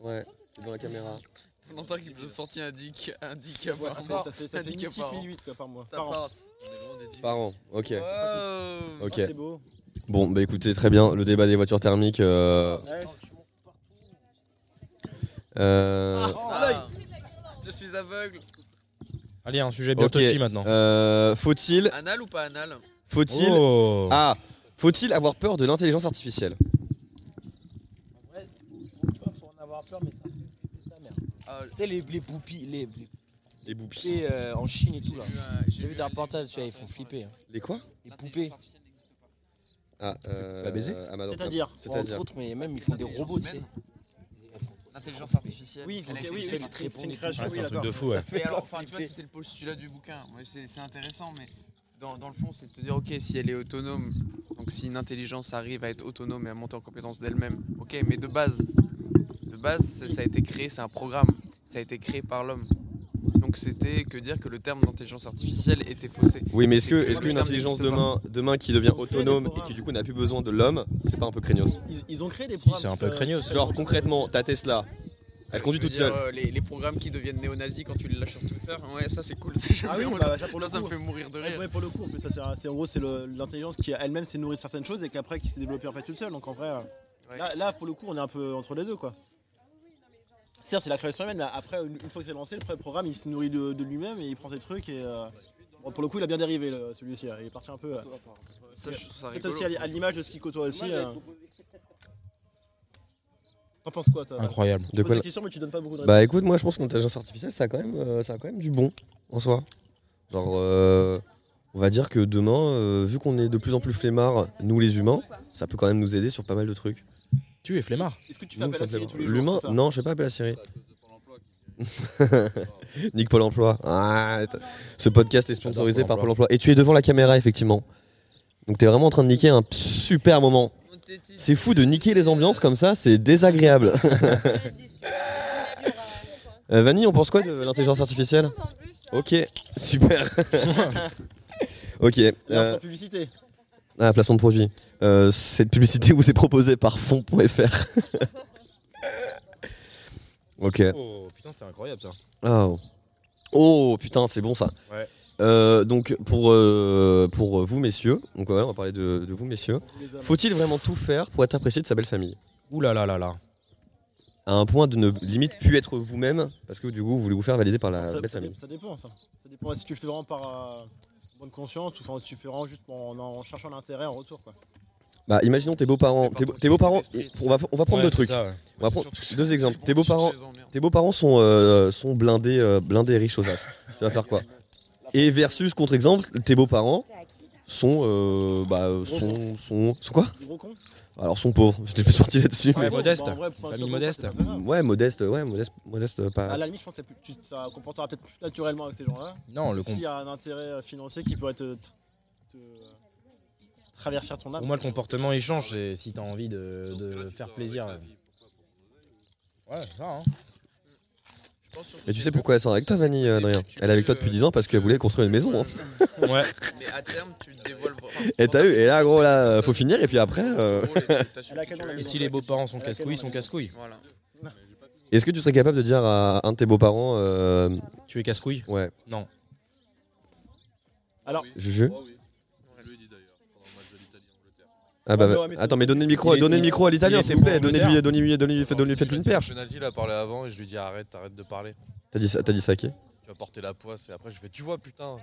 Ouais, c'est dans la caméra.
On entend qu'il nous a sorti un dick, un dick à
Ouais,
voir.
Ça fait, ça fait, ça
Ça
fait
dit que
1006,
par an.
1008, quoi, par mois.
Ça
par an.
passe.
Par an, ok.
Wow.
Ok.
Ah, c'est beau.
Bon, bah écoutez, très bien, le débat des voitures thermiques. euh,
Ouais,
euh,
Ah, je suis aveugle.
Allez, un sujet bien
Ok.
touchy maintenant.
euh, faut-il,
Anal ou pas anal
faut-il,
Oh.
ah, faut-il avoir peur de l'intelligence artificielle
En vrai, on peur pour en avoir peur, mais ça fait sa mère.
Ah,
Euh, Tu sais, les, les poupies, les, les
Les boupies.
poupées euh, en Chine et tout là.
j'ai vu un-
J'ai vu des
un-
reportages, tu vois, ils font flipper. hein.
Les quoi
Les poupées,
Ah, euh,
Bah,
Pas Bah, baiser Bah,
Amazon.
C'est-à-dire
ou entre
C'est-à-dire.
autres, mais même ils font des robots, tu sais.
L'intelligence artificielle.
Oui,
elle
ok,
existe.
oui,
c'est
oui,
une
c'est
très
c'est une
bonne
création.
Ah,
oui,
c'est un truc
d'accord.
de fou, ouais.
Mais alors,
leur
enfin, tu vois,
flipper.
c'était le postulat du bouquin. Ouais, c'est c'est intéressant, mais dans, dans le fond, c'est de te dire, ok, si elle est autonome, donc Donc si une intelligence arrive à être autonome et à monter en compétence d'elle-même, ok, mais de base, de base, c'est- ça a été créé, c'est un programme, ça a été créé par l'homme. Donc c'était que dire que le terme d'intelligence artificielle était faussé.
Oui, mais est-ce que,
C'est que
est-ce qu'une
le terme
intelligence
n'existe
demain, demain qui devient
On crée des
autonome et
programmes.
qui du coup n'a plus besoin de l'homme, c'est pas un peu craignos
Ils, ils ont créé des
Si,
programmes.
c'est un
qui
peu
se-
craignos.
Genre concrètement, ta Tesla, elle se conduit
Je veux
toute
dire,
seule.
euh, les, les programmes qui deviennent néo-nazis quand tu les lâches sur Twitter, ouais, ça c'est cool. c'est-
Ah oui,
j'aime bien,
bah,
ça,
ça, pour
ça,
le
ça
coup.
me fait mourir de
Ouais,
rire.
ouais, pour le coup, en plus, ça sert à- c'est en gros, c'est le- l'intelligence qui elle-même s'est nourrie de certaines choses et qu'après qui s'est développée en fait toute seule. Donc en vrai, euh,
Ouais.
là, là, pour le coup, on est un peu entre les deux quoi. Certes, c'est la création humaine, mais après, une, une fois que c'est lancé, le premier programme il se nourrit de, de lui-même et il prend ses trucs et. euh, bon, pour le coup, il a bien dérivé le- celui-ci. là. Il est parti un peu. euh,
Ça, je trouve ça
Peut-être
rigolo.
aussi à, l- à l'image de ce qu'il côtoie aussi. euh. T'en penses quoi, toi
Incroyable.
De
Pose
quoi
des
là
questions, mais tu donnes pas beaucoup de réponses.
Bah écoute, moi je pense que l'intelligence artificielle, ça a quand même, euh, ça a quand même du bon en soi. Genre, euh, on va dire que demain, euh, vu qu'on est de plus en plus flemmards, nous les humains, ça peut quand même nous aider sur pas mal de trucs.
Tu es flemmard.
Est-ce que tu fais
Nous,
appel à
ça
Siri
fait-
tous les jours
L'humain,
c'est ça
non, je sais pas appeler la Siri. Nick Pôle emploi. Ah, t- ce podcast est sponsorisé
J'adore Pôle
par Pôle emploi. Et tu es devant la caméra, effectivement. Donc t'es vraiment en train de niquer un super moment. C'est fou de niquer les ambiances comme ça, c'est désagréable. Euh, Vanny, on pense quoi de l'intelligence artificielle Ok, super. ok,
Lance
euh,
ta publicité.
ah, placement de produit. Euh, cette publicité vous est proposée par fond.fr. ok.
Oh putain, c'est incroyable ça.
Oh. Oh putain, c'est bon ça.
Ouais.
Euh, donc pour, euh, pour vous messieurs, donc ouais, on va parler de, de vous messieurs,
Les hommes.
faut-il vraiment tout faire pour être apprécié de sa belle famille
Ouh là là là là.
À un point de ne limite plus être vous-même, parce que du coup vous voulez vous faire valider par la
ça,
belle
ça dé-
Euh, famille.
ça dépend, ça. Ça dépend si tu le fais vraiment par euh, bonne conscience ou enfin, si tu le fais vraiment juste en, en cherchant l'intérêt en retour. Quoi.
Bah imaginons tes beaux-parents,
Par
tes,
contre,
tes beaux-parents,
l'esprit.
on va, on va prendre
Ouais, c'est
deux trucs.
ça, ouais.
On va
C'est
prendre
surtout-
deux exemples.
c'est
Tes
bon,
beaux-parents,
je les emmerde.
tes beaux-parents sont, euh, sont blindés, euh, blindés riches aux as. Tu vas faire quoi Et versus contre-exemple, tes beaux-parents sont, euh, bah, sont, sont, sont quoi
Du gros con
Alors sont pauvres, j'étais plus sorti là-dessus.
Ouais,
Bon,
modeste.
bah, en vrai, pour un
Famille
seul
modeste.
beau-frère, c'est pas grave.
Ouais, modeste, ouais, modeste, modeste, euh,
À
pas.
la limite, je pense que c'est plus- tu- ça comportera peut-être plus naturellement avec ces gens-là.
Non, le con.
S'il y a un intérêt euh, financier qui pourrait te, tra- te, euh, traverser ton âme.
Pour moi, le comportement il change c'est si t'as envie de, de faire plaisir. Ouais, ça, hein.
Je pense surtout
Mais tu
que
sais
c'est
pourquoi elle sort avec toi, Vanny, euh, Adrien Elle est avec toi depuis 10 ans parce qu'elle voulait construire une maison. hein.
Ouais.
Mais à terme, tu te dévoiles.
Et t'as eu, et là, gros, là, euh, faut finir, et puis après. euh,
Et si les beaux-parents sont casse-couilles, ils sont casse-couilles.
Voilà.
Est-ce que tu serais capable de dire à un de tes beaux-parents, euh,
Tu es casse-couille
ouais,
Alors,
Juju
Oh Je le dis d'ailleurs.
Ah bah,
Ouais, ouais, mais c'est-
attends, mais donnez le micro,
Il est-
donnez le
il-
micro à l'italien,
il est-
s'il vous plaît,
c'est pour
donnez-lui,
l'Angleterre.
donnez-lui, donnez-lui, faites- donnez-lui, faites-lui une perche.
Penalty l'a parlé avant et je lui dis arrête, arrête de parler.
T'as dit, ça- t'as dit ça à qui
Tu vas porter la poisse et après je fais tu vois putain.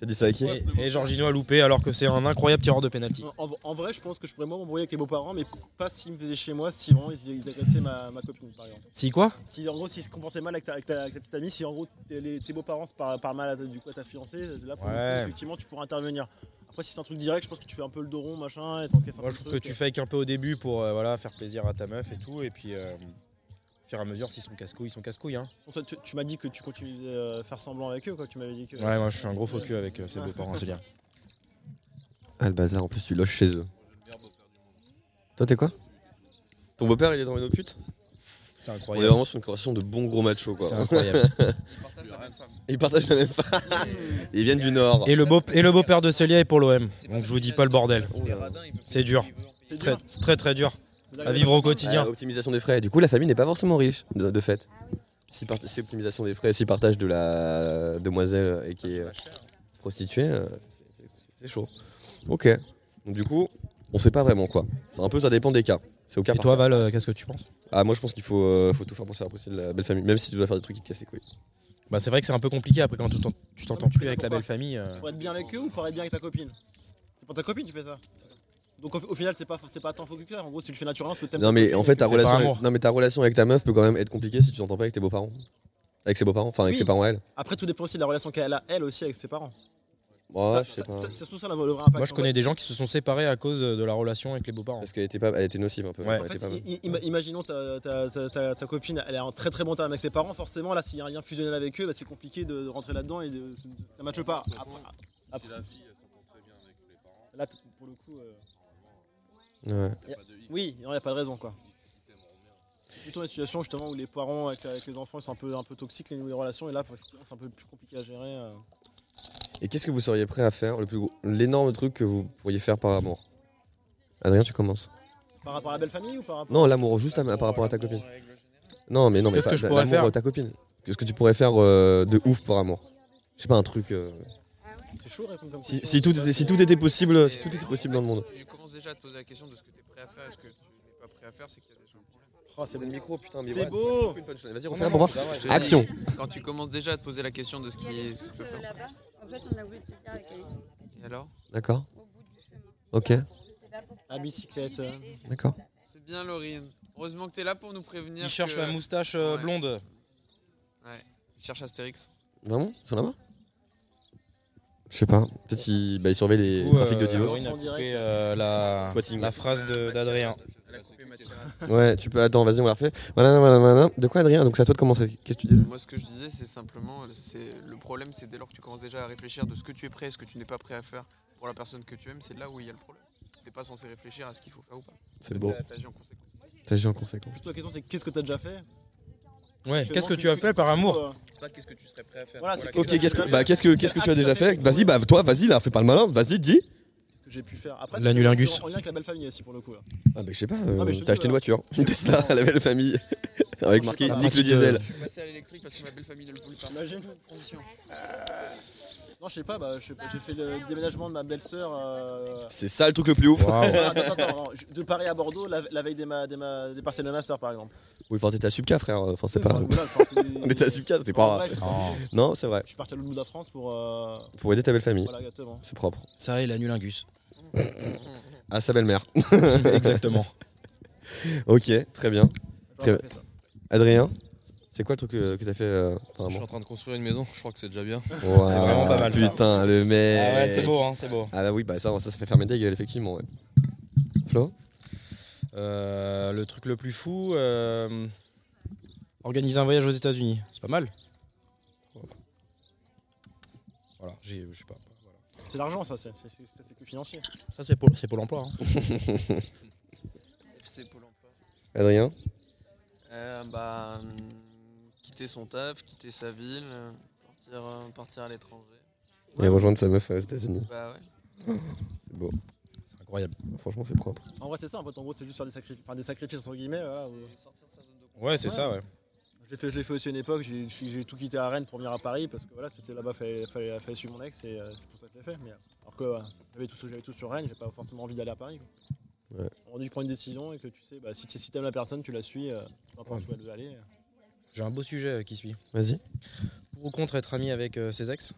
T'as dit ça à qui
Et, et Jorginho a loupé alors que c'est un incroyable tireur de pénalty.
en, en vrai, je pense que je pourrais moi m'embrouiller avec les beaux-parents, mais pas s'ils me faisaient chez moi, si vraiment ils, ils agressaient ma, ma copine, par exemple.
Si quoi
Si en gros, s'ils se comportaient mal avec ta, avec ta- avec ta petite amie, si en gros t'es- les- tes beaux-parents se parlent parlent mal à ta, du coup, à ta fiancée, là, pour le coup,
Ouais.
effectivement, tu pourras intervenir. Après, si c'est un truc direct, je pense que tu fais un peu le dos rond, machin, et t'encaisses un
Moi
peu
je trouve
le
que
truc, euh.
tu fakes un peu au début pour euh, voilà, faire plaisir à ta meuf et tout. Et puis euh, au fur et à mesure, s'ils sont casse-couilles, ils sont casse-couilles. Hein.
Toi, tu, tu m'as dit que tu continuais euh, à faire semblant avec eux, quoi. Tu m'avais dit que.
Ouais, moi je suis un gros faux cul avec euh, ces beaux-parents, c'est bien.
Ah, le bazar, en plus, tu loges chez eux. Toi, t'es quoi Ton beau-père, il est dans une pute
C'est
On est
incroyable.
vraiment sur une conversation de bons gros machos, quoi.
C'est incroyable.
Partage la même femme.
Ils partagent la même femme. Ils viennent du Nord.
Et le beau- et le beau-père de Célia est pour l'OM. Donc je vous dis pas le bordel. C'est dur. Oh C'est très, c'est très très dur
Vous avez-
à vivre au
Euh,
quotidien.
optimisation des frais. Du coup, la famille n'est pas forcément riche, de, de fait. Si, par- si optimisation des frais, si partage de la demoiselle et qui est euh, prostituée, euh, c'est- c'est- c'est chaud. Ok. Donc, du coup, on sait pas vraiment quoi. C'est un peu, ça dépend des cas. C'est au cas
Et
par
toi
cas.
Val, euh, qu'est-ce que tu penses
Ah, moi, je pense qu'il faut, euh, faut tout faire pour se faire apprécier de la belle famille, même si tu dois faire des trucs qui te cassent les couilles.
Bah c'est vrai que c'est un peu compliqué après quand tu t'en- tu t'entends plus avec la belle famille. euh.
Pour être bien avec eux ou pour être bien avec ta copine C'est pour ta copine que tu fais ça Donc au, au final, c'est pas, c'est pas tant faux que ça. En gros, tu le fais naturellement parce que t'aimes
Non, mais en fait, ta
par
relation,
amour.
avec, non, mais ta relation avec ta meuf peut quand même être compliquée si tu t'entends pas avec tes beaux-parents. Avec ses beaux-parents, enfin, avec
Oui.
ses parents à elle.
Après, tout dépend aussi de la relation qu'elle a, elle aussi, avec ses parents.
Ouais,
Ça-
je sais
ça-
pas.
ça- C'est surtout ça le vrai impact.
Moi je
En
connais
fait,
des gens qui se sont séparés à cause de la relation avec les beaux-parents.
Parce qu'elle était, pas, elle était nocive un peu.
Ouais.
Elle
En
En
était
fait,
pas bonne.
i- i- imaginons ta, ta- ta- ta- ta copine, elle est en très très bon terme avec ses parents. Forcément, là, s'il y a un lien fusionnel avec eux, bah, c'est compliqué de, de rentrer là-dedans et de, ça matche pas. Après- après-
Si la fille, elle s'entend très bien avec les parents.
là, t- pour pour le coup. euh,
Ouais.
y a- Oui, il n'y a pas de raison quoi. Plutôt une situation justement où les parents avec, avec les enfants ils sont un peu, un peu toxiques les nouvelles relations et là faut- c'est un peu plus compliqué à gérer. euh.
Et qu'est-ce que vous seriez prêt à faire, le plus gros- l'énorme truc que vous pourriez faire par amour Adrien, tu commences.
Par rapport à la belle famille ou par rapport
Non, l'amour, juste à- par rapport à ta copine. Non, mais non, mais
Qu'est-ce
pas-
que je pourrais
l'amour,
faire
euh, ta copine. Qu'est-ce que tu pourrais faire euh, de ouf par amour Je sais pas, un truc. euh,
C'est chaud de répondre comme
Si,
question,
si tout
c'est
était, si tout était possible, si tout était possible dans le monde.
Tu commences déjà à te poser la question de ce que tu es prêt à faire et ce que tu n'es pas prêt à faire, c'est qu'il y a des gens.
Oh, c'est le micro, putain, mais
C'est
ouais,
beau
Vas-y, Ah
refais-la Non,
refais-la pour
pour non,
voir.
voir. c'est pas vrai.
Action.
Quand tu commences déjà à te poser la question de ce, qui est, ce que tu peux
Euh,
faire.
Là-bas, en fait, on a oublié de se dire avec Alice.
Et alors
D'accord.
Au bout du chemin.
Ok.
À bicyclette. euh.
D'accord.
C'est bien, Laurine. Heureusement que tu es là pour nous prévenir.
Il cherche
que-
la moustache euh,
Ouais.
blonde.
Il cherche Astérix.
Vraiment Ils sont là-bas Je sais pas. Peut-être qu'ils bah, ils surveillent les
Du coup,
trafics de
euh,
Dilos.
Laurine a
En direct.
coupé, euh, la,
Swatting.
la phrase de- d'Adrien.
Elle a coupé ma tirade.
Ouais, tu peux. Attends, vas-y, on la refait. Voilà, voilà, voilà. De quoi, Adrien Donc, c'est à toi de commencer. Qu'est-ce que tu dis
Moi, ce que je disais, c'est simplement, euh, c'est le problème, c'est dès lors que tu commences déjà à réfléchir de ce que tu es prêt et ce que tu n'es pas prêt à faire pour la personne que tu aimes, c'est là où il y a le problème. T'es pas censé réfléchir à ce qu'il faut faire ou pas.
C'est beau.
T'as- t'agis en conséquence.
T'agis en conséquence.
Plutôt la question c'est qu'est-ce que t'as déjà fait
Ouais, qu'est-ce que tu as
Actuellement,
fait par amour
euh,
C'est pas qu'est-ce que tu serais prêt à faire.
Voilà, c'est
Ok, qu'est-ce que, bah, qu'est-ce que, qu'est-ce que
Ah,
tu as déjà fait Vas-y, bah, toi, vas-y, là, fais pas le malin. Vas-y, dis.
que j'ai pu faire. Après,
L'anulingus.
c'est En lien avec la belle famille aussi pour le coup. là.
Ah, bah, je sais pas.
Ah, mais je te dis,
T'as acheté une
ouais.
voiture. Une Tesla à la belle famille. Avec marqué
Ah,
Nick le
pratique,
diesel.
Je suis passé à l'électrique parce que ma belle famille ne le voulait pas.
Imagine. Euh,
Transition.
Non, je sais pas, bah, je sais pas, j'ai fait le déménagement de ma belle-sœur. euh,
C'est ça le truc le plus ouf.
Ah, attends, attends, attends, je- de Paris à Bordeaux la, la veille des, ma- des, ma- des parcelles de master par exemple.
Oui, enfin, t'étais à Subca, frère. euh, Enfin, c'est pas.
Voilà, enfin, c'est des-
On était à Subca, c'était pas.
En vrai, je-
Non, c'est vrai.
Je suis parti à l'autre bout de la France pour. euh,
Pour aider ta belle famille.
Voilà, exactement.
C'est propre.
Ça et l'anulingus.
À sa belle-mère.
Exactement.
ok, très bien.
J'aurais pas fait ça.
Adrien, c'est quoi le truc que, que t'as fait euh, par
Je suis
amour
en train de construire une maison, je crois que c'est déjà bien.
Ouah,
C'est vraiment pas mal, ça.
Putain, le
Ah
mec.
ouais, c'est beau, hein, c'est beau.
Ah là, oui, bah ça, ça, ça fait fermer des gueules, effectivement. ouais. Flo
Euh, le truc le plus fou, euh, organiser un voyage aux États-Unis. C'est pas mal. Voilà, j'ai- je sais pas. voilà.
C'est l'argent, ça, c'est c'est- c'est- c'est que financier.
Ça, c'est Pôle, c'est Pôle emploi. hein.
FC Pôle emploi.
Adrien
Euh, bah, hum, quitter son taf, quitter sa ville, euh, partir, euh, partir à l'étranger.
Et rejoindre sa meuf euh, aux États-Unis.
Bah ouais.
C'est beau.
C'est incroyable.
Franchement, c'est propre.
En vrai, c'est ça, en fait, en gros, c'est juste faire des sacrifices, enfin, des sacrifices entre guillemets. Voilà, où-
Ouais, c'est ça, ouais.
Je l'ai fait, je l'ai fait aussi à une époque, j'ai- j'ai j'ai tout quitté à Rennes pour venir à Paris parce que voilà, c'était là-bas, fallait, fallait, fallait suivre mon ex et euh, c'est pour ça que je l'ai fait. Mais, alors que euh, j'avais tout, j'avais tout sur Rennes, j'ai pas forcément envie d'aller à Paris. Quoi.
Ouais.
On a dû prendre une décision et que tu sais, bah, si, tu- si t'aimes la personne, tu la suis, euh, peu importe où elle veut aller. euh.
J'ai un beau sujet euh, qui suit.
Vas-y.
Pour ou contre être ami avec euh, ses ex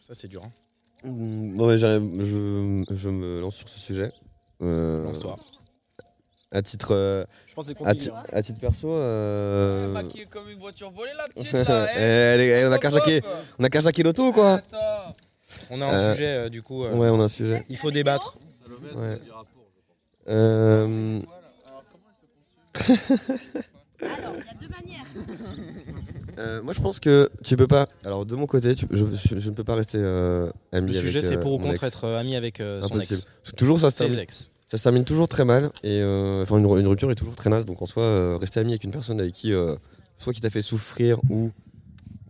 Ça, c'est dur. hein.
Mm, ouais, j'arrive- je, je me lance sur ce sujet. Euh,
Lance-toi.
À titre, euh,
Je pense que c'est
à,
compliqué.
ti-
hein.
à titre perso. euh,
Maquillée comme une voiture volée la
eh,
petite
elle est- eh, on a carjacké, on a carjacké l'auto quoi.
On a un
Euh,
sujet, euh, du coup. euh,
Ouais, on a un sujet.
Il faut débattre.
Salomé,
Ouais.
du rapport.
Euh,
Alors, comment elle se conçoit
Alors, il y a deux manières.
Euh, moi, je pense que tu peux pas. Alors, de mon côté, tu- je, je- je ne peux pas rester euh, ami
Le
avec,
sujet, c'est
euh,
pour ou
mon
contre
ex.
être euh, ami avec euh, son
Impossible.
ex.
Parce que toujours, ça se,
Ses
termine,
ex.
ça se termine toujours très mal. Et euh, enfin, une, ru- une rupture est toujours très naze. Donc, en soi, euh, rester ami avec une personne avec qui, euh, soit qui t'a fait souffrir ou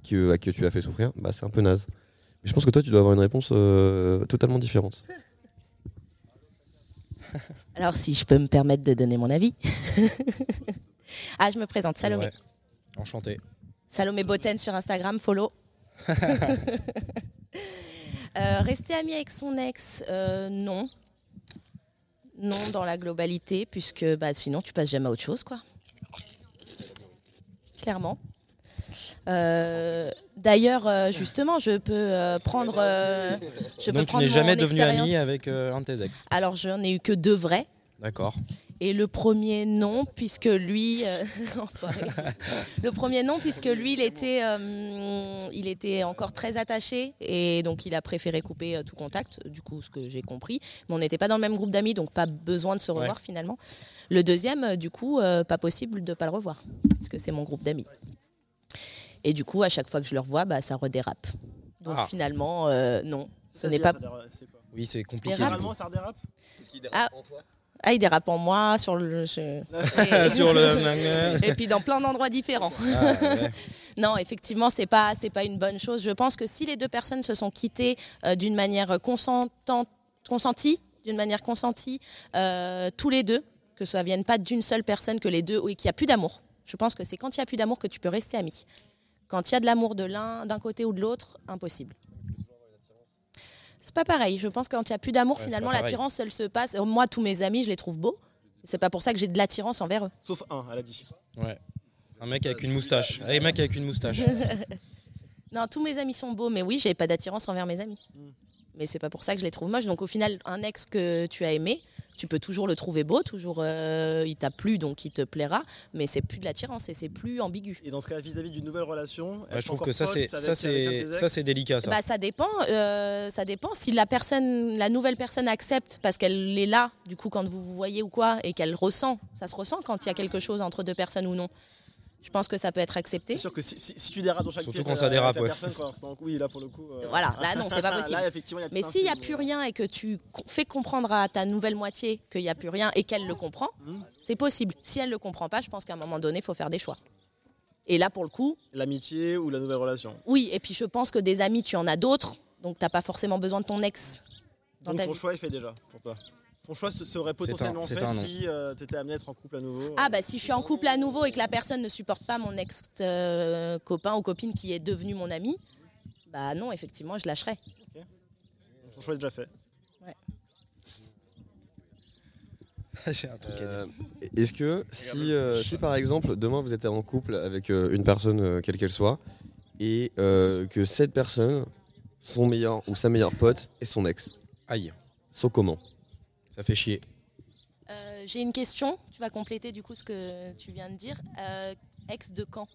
qui, euh, à qui tu as fait souffrir, bah, c'est un peu naze. Mais je pense que toi, tu dois avoir une réponse euh, totalement différente.
Alors, si je peux me permettre de donner mon avis. ah, je me présente, Salomé.
Ouais. Enchanté.
Salomé Boten sur Instagram, follow. Euh, rester ami avec son ex, euh, non. Non, dans la globalité, puisque bah, sinon tu passes jamais à autre chose, quoi. Clairement. Euh, D'ailleurs, euh, justement, je peux euh, prendre. euh, je peux
Donc tu
prendre
n'es jamais
mon
devenu
expérience.
ami avec euh, un de tes ex.
Alors, je n'en ai eu que deux vrais.
D'accord.
Et le premier non, puisque lui, euh, enfoiré. le premier non, puisque lui, il était, euh, il était encore très attaché et donc il a préféré couper euh, tout contact. Du coup, ce que j'ai compris, mais on n'était pas dans le même groupe d'amis, donc pas besoin de se revoir finalement. Le deuxième, euh, du coup, euh, pas possible de pas le revoir, parce que c'est mon groupe d'amis. Et du coup, à chaque fois que je le revois, bah, ça redérape. Donc
Ah.
finalement, euh, non, ce
Ça,
n'est
c'est-
pas
ça, c'est quoi
Oui, c'est compliqué.
Dérape.
du coup.
ça redérape
Est-ce qu'il
Ah.
dérape en toi
Ah, il dérape en moi, sur le. je-
Sur le- euh.
Et puis dans plein d'endroits différents.
Ah, ouais.
non, effectivement, c'est pas, c'est pas une bonne chose. Je pense que si les deux personnes se sont quittées euh, d'une manière consentante, consentie, d'une manière consentie, euh, tous les deux, que ça vienne pas d'une seule personne, que les deux, oui, qu'il n'y a plus d'amour. Je pense que c'est quand il n'y a plus d'amour que tu peux rester ami. Quand il y a de l'amour de l'un, d'un côté ou de l'autre, impossible. C'est pas pareil. Je pense que quand il n'y a plus d'amour,
Ouais, c'est
finalement,
pas pareil.
l'attirance, elle se passe. Oh, Moi, tous mes amis, je les trouve beaux. C'est pas pour ça que j'ai de l'attirance envers eux.
Sauf un, elle a dit.
Ouais. Un mec avec une moustache. Un mec avec une moustache.
non, tous mes amis sont beaux, mais oui, j'ai pas d'attirance envers mes amis.
Hmm.
Mais c'est pas pour ça que je les trouve moches. Donc au final, un ex que tu as aimé, tu peux toujours le trouver beau, toujours euh, il t'a plu, donc il te plaira, mais c'est plus de l'attirance et c'est plus ambigu.
Et dans ce cas, vis-à-vis d'une nouvelle relation,
Ouais, je trouve que ça, c'est ça, c'est ça, c'est délicat, ça.
Bah, ça dépend. euh, ça dépend si la personne, la nouvelle personne accepte parce qu'elle est là, du coup, quand vous vous voyez ou quoi, et qu'elle ressent. Ça se ressent quand il
Ah.
y a quelque chose entre deux personnes ou non. Je pense que ça peut être accepté.
C'est sûr que si, si- si tu dérapes dans chaque
Surtout
pièce,
quand ça
euh,
dérape,
t'as
ouais.
personne, quoi. Donc oui, là pour le coup. euh,
Voilà, là non, c'est pas possible.
là, effectivement, il y a tout
Mais
un
s'il n'y a
film,
plus
euh,
rien et que tu co- fais comprendre à ta nouvelle moitié qu'il n'y a plus rien et qu'elle le comprend,
Mm.
c'est possible. Si elle ne le comprend pas, je pense qu'à un moment donné, il faut faire des choix. Et là, pour le coup,
L'amitié ou la nouvelle relation.
oui, et puis je pense que des amis, tu en as d'autres, donc t'as pas forcément besoin de ton ex dans
Donc
ta
ton
vie.
choix est fait déjà pour toi. Ton choix se serait
un-
potentiellement
c'est
fait
un non.
si euh, t'étais amené à être en couple à nouveau. euh,
Ah bah si je suis en couple à nouveau et que la personne ne supporte pas mon ex-copain ou copine qui est devenu mon ami, bah non, effectivement, je lâcherai.
Ton choix est déjà fait.
Bah,
J'ai un truc à dire.
Euh, Est-ce que si, euh, si par exemple demain vous êtes en couple avec euh, une personne euh, quelle qu'elle soit et euh, que cette personne, son meilleur ou sa meilleure pote est son ex,
aïe,
sauf comment
Ça fait chier.
Euh, J'ai une question, tu vas compléter du coup ce que tu viens de dire. Euh, ex de quand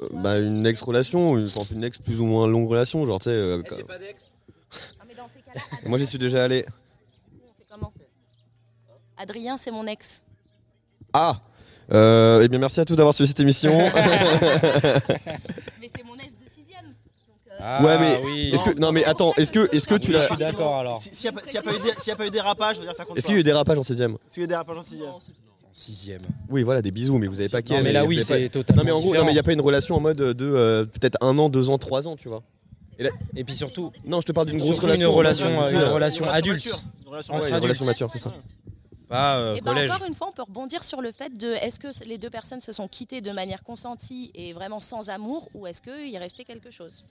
Euh, bah, une ex-relation, une, enfin, une ex plus ou moins longue relation, genre tu sais. euh, quand- Moi j'y suis déjà allé.
Comment Adrien, c'est mon ex.
Ah Euh, Eh bien merci à tous d'avoir suivi cette émission.
Mais c'est mon ex de euh, 6
ouais mais
Ah oui.
est-ce que non mais attends est-ce que est-ce que tu l'as
d'accord alors.
S'il n'y a, pas- s'il y a pas eu dé- s'il y a pas eu dérapage, je veux dire, ça compte.
est-ce qu'il y a eu des rapages en sixième
S'il y a eu dérapage, si.
En sixième.
Oui, voilà, des bisous, mais vous avez pas qui
Non,
aime,
mais là,
vous
oui,
avez
c'est
pas-
totalement
Non, mais en gros,
différent.
non, mais il n'y a pas une relation en mode de euh, peut-être un an, deux ans, trois ans, tu vois. Et, là-
Et puis surtout,
non, je te parle d'une grosse
surtout une relation,
relation. en mode,
euh, une
euh,
relation
ouais,
adulte.
ouais,
Une
Une
relation
relation,
adulte.
mature, c'est ça.
Pas euh,
Et ben,
collège.
encore une fois, on peut rebondir sur le fait de est-ce que les deux personnes se sont quittées de manière consentie et vraiment sans amour ou est-ce qu'il y restait quelque chose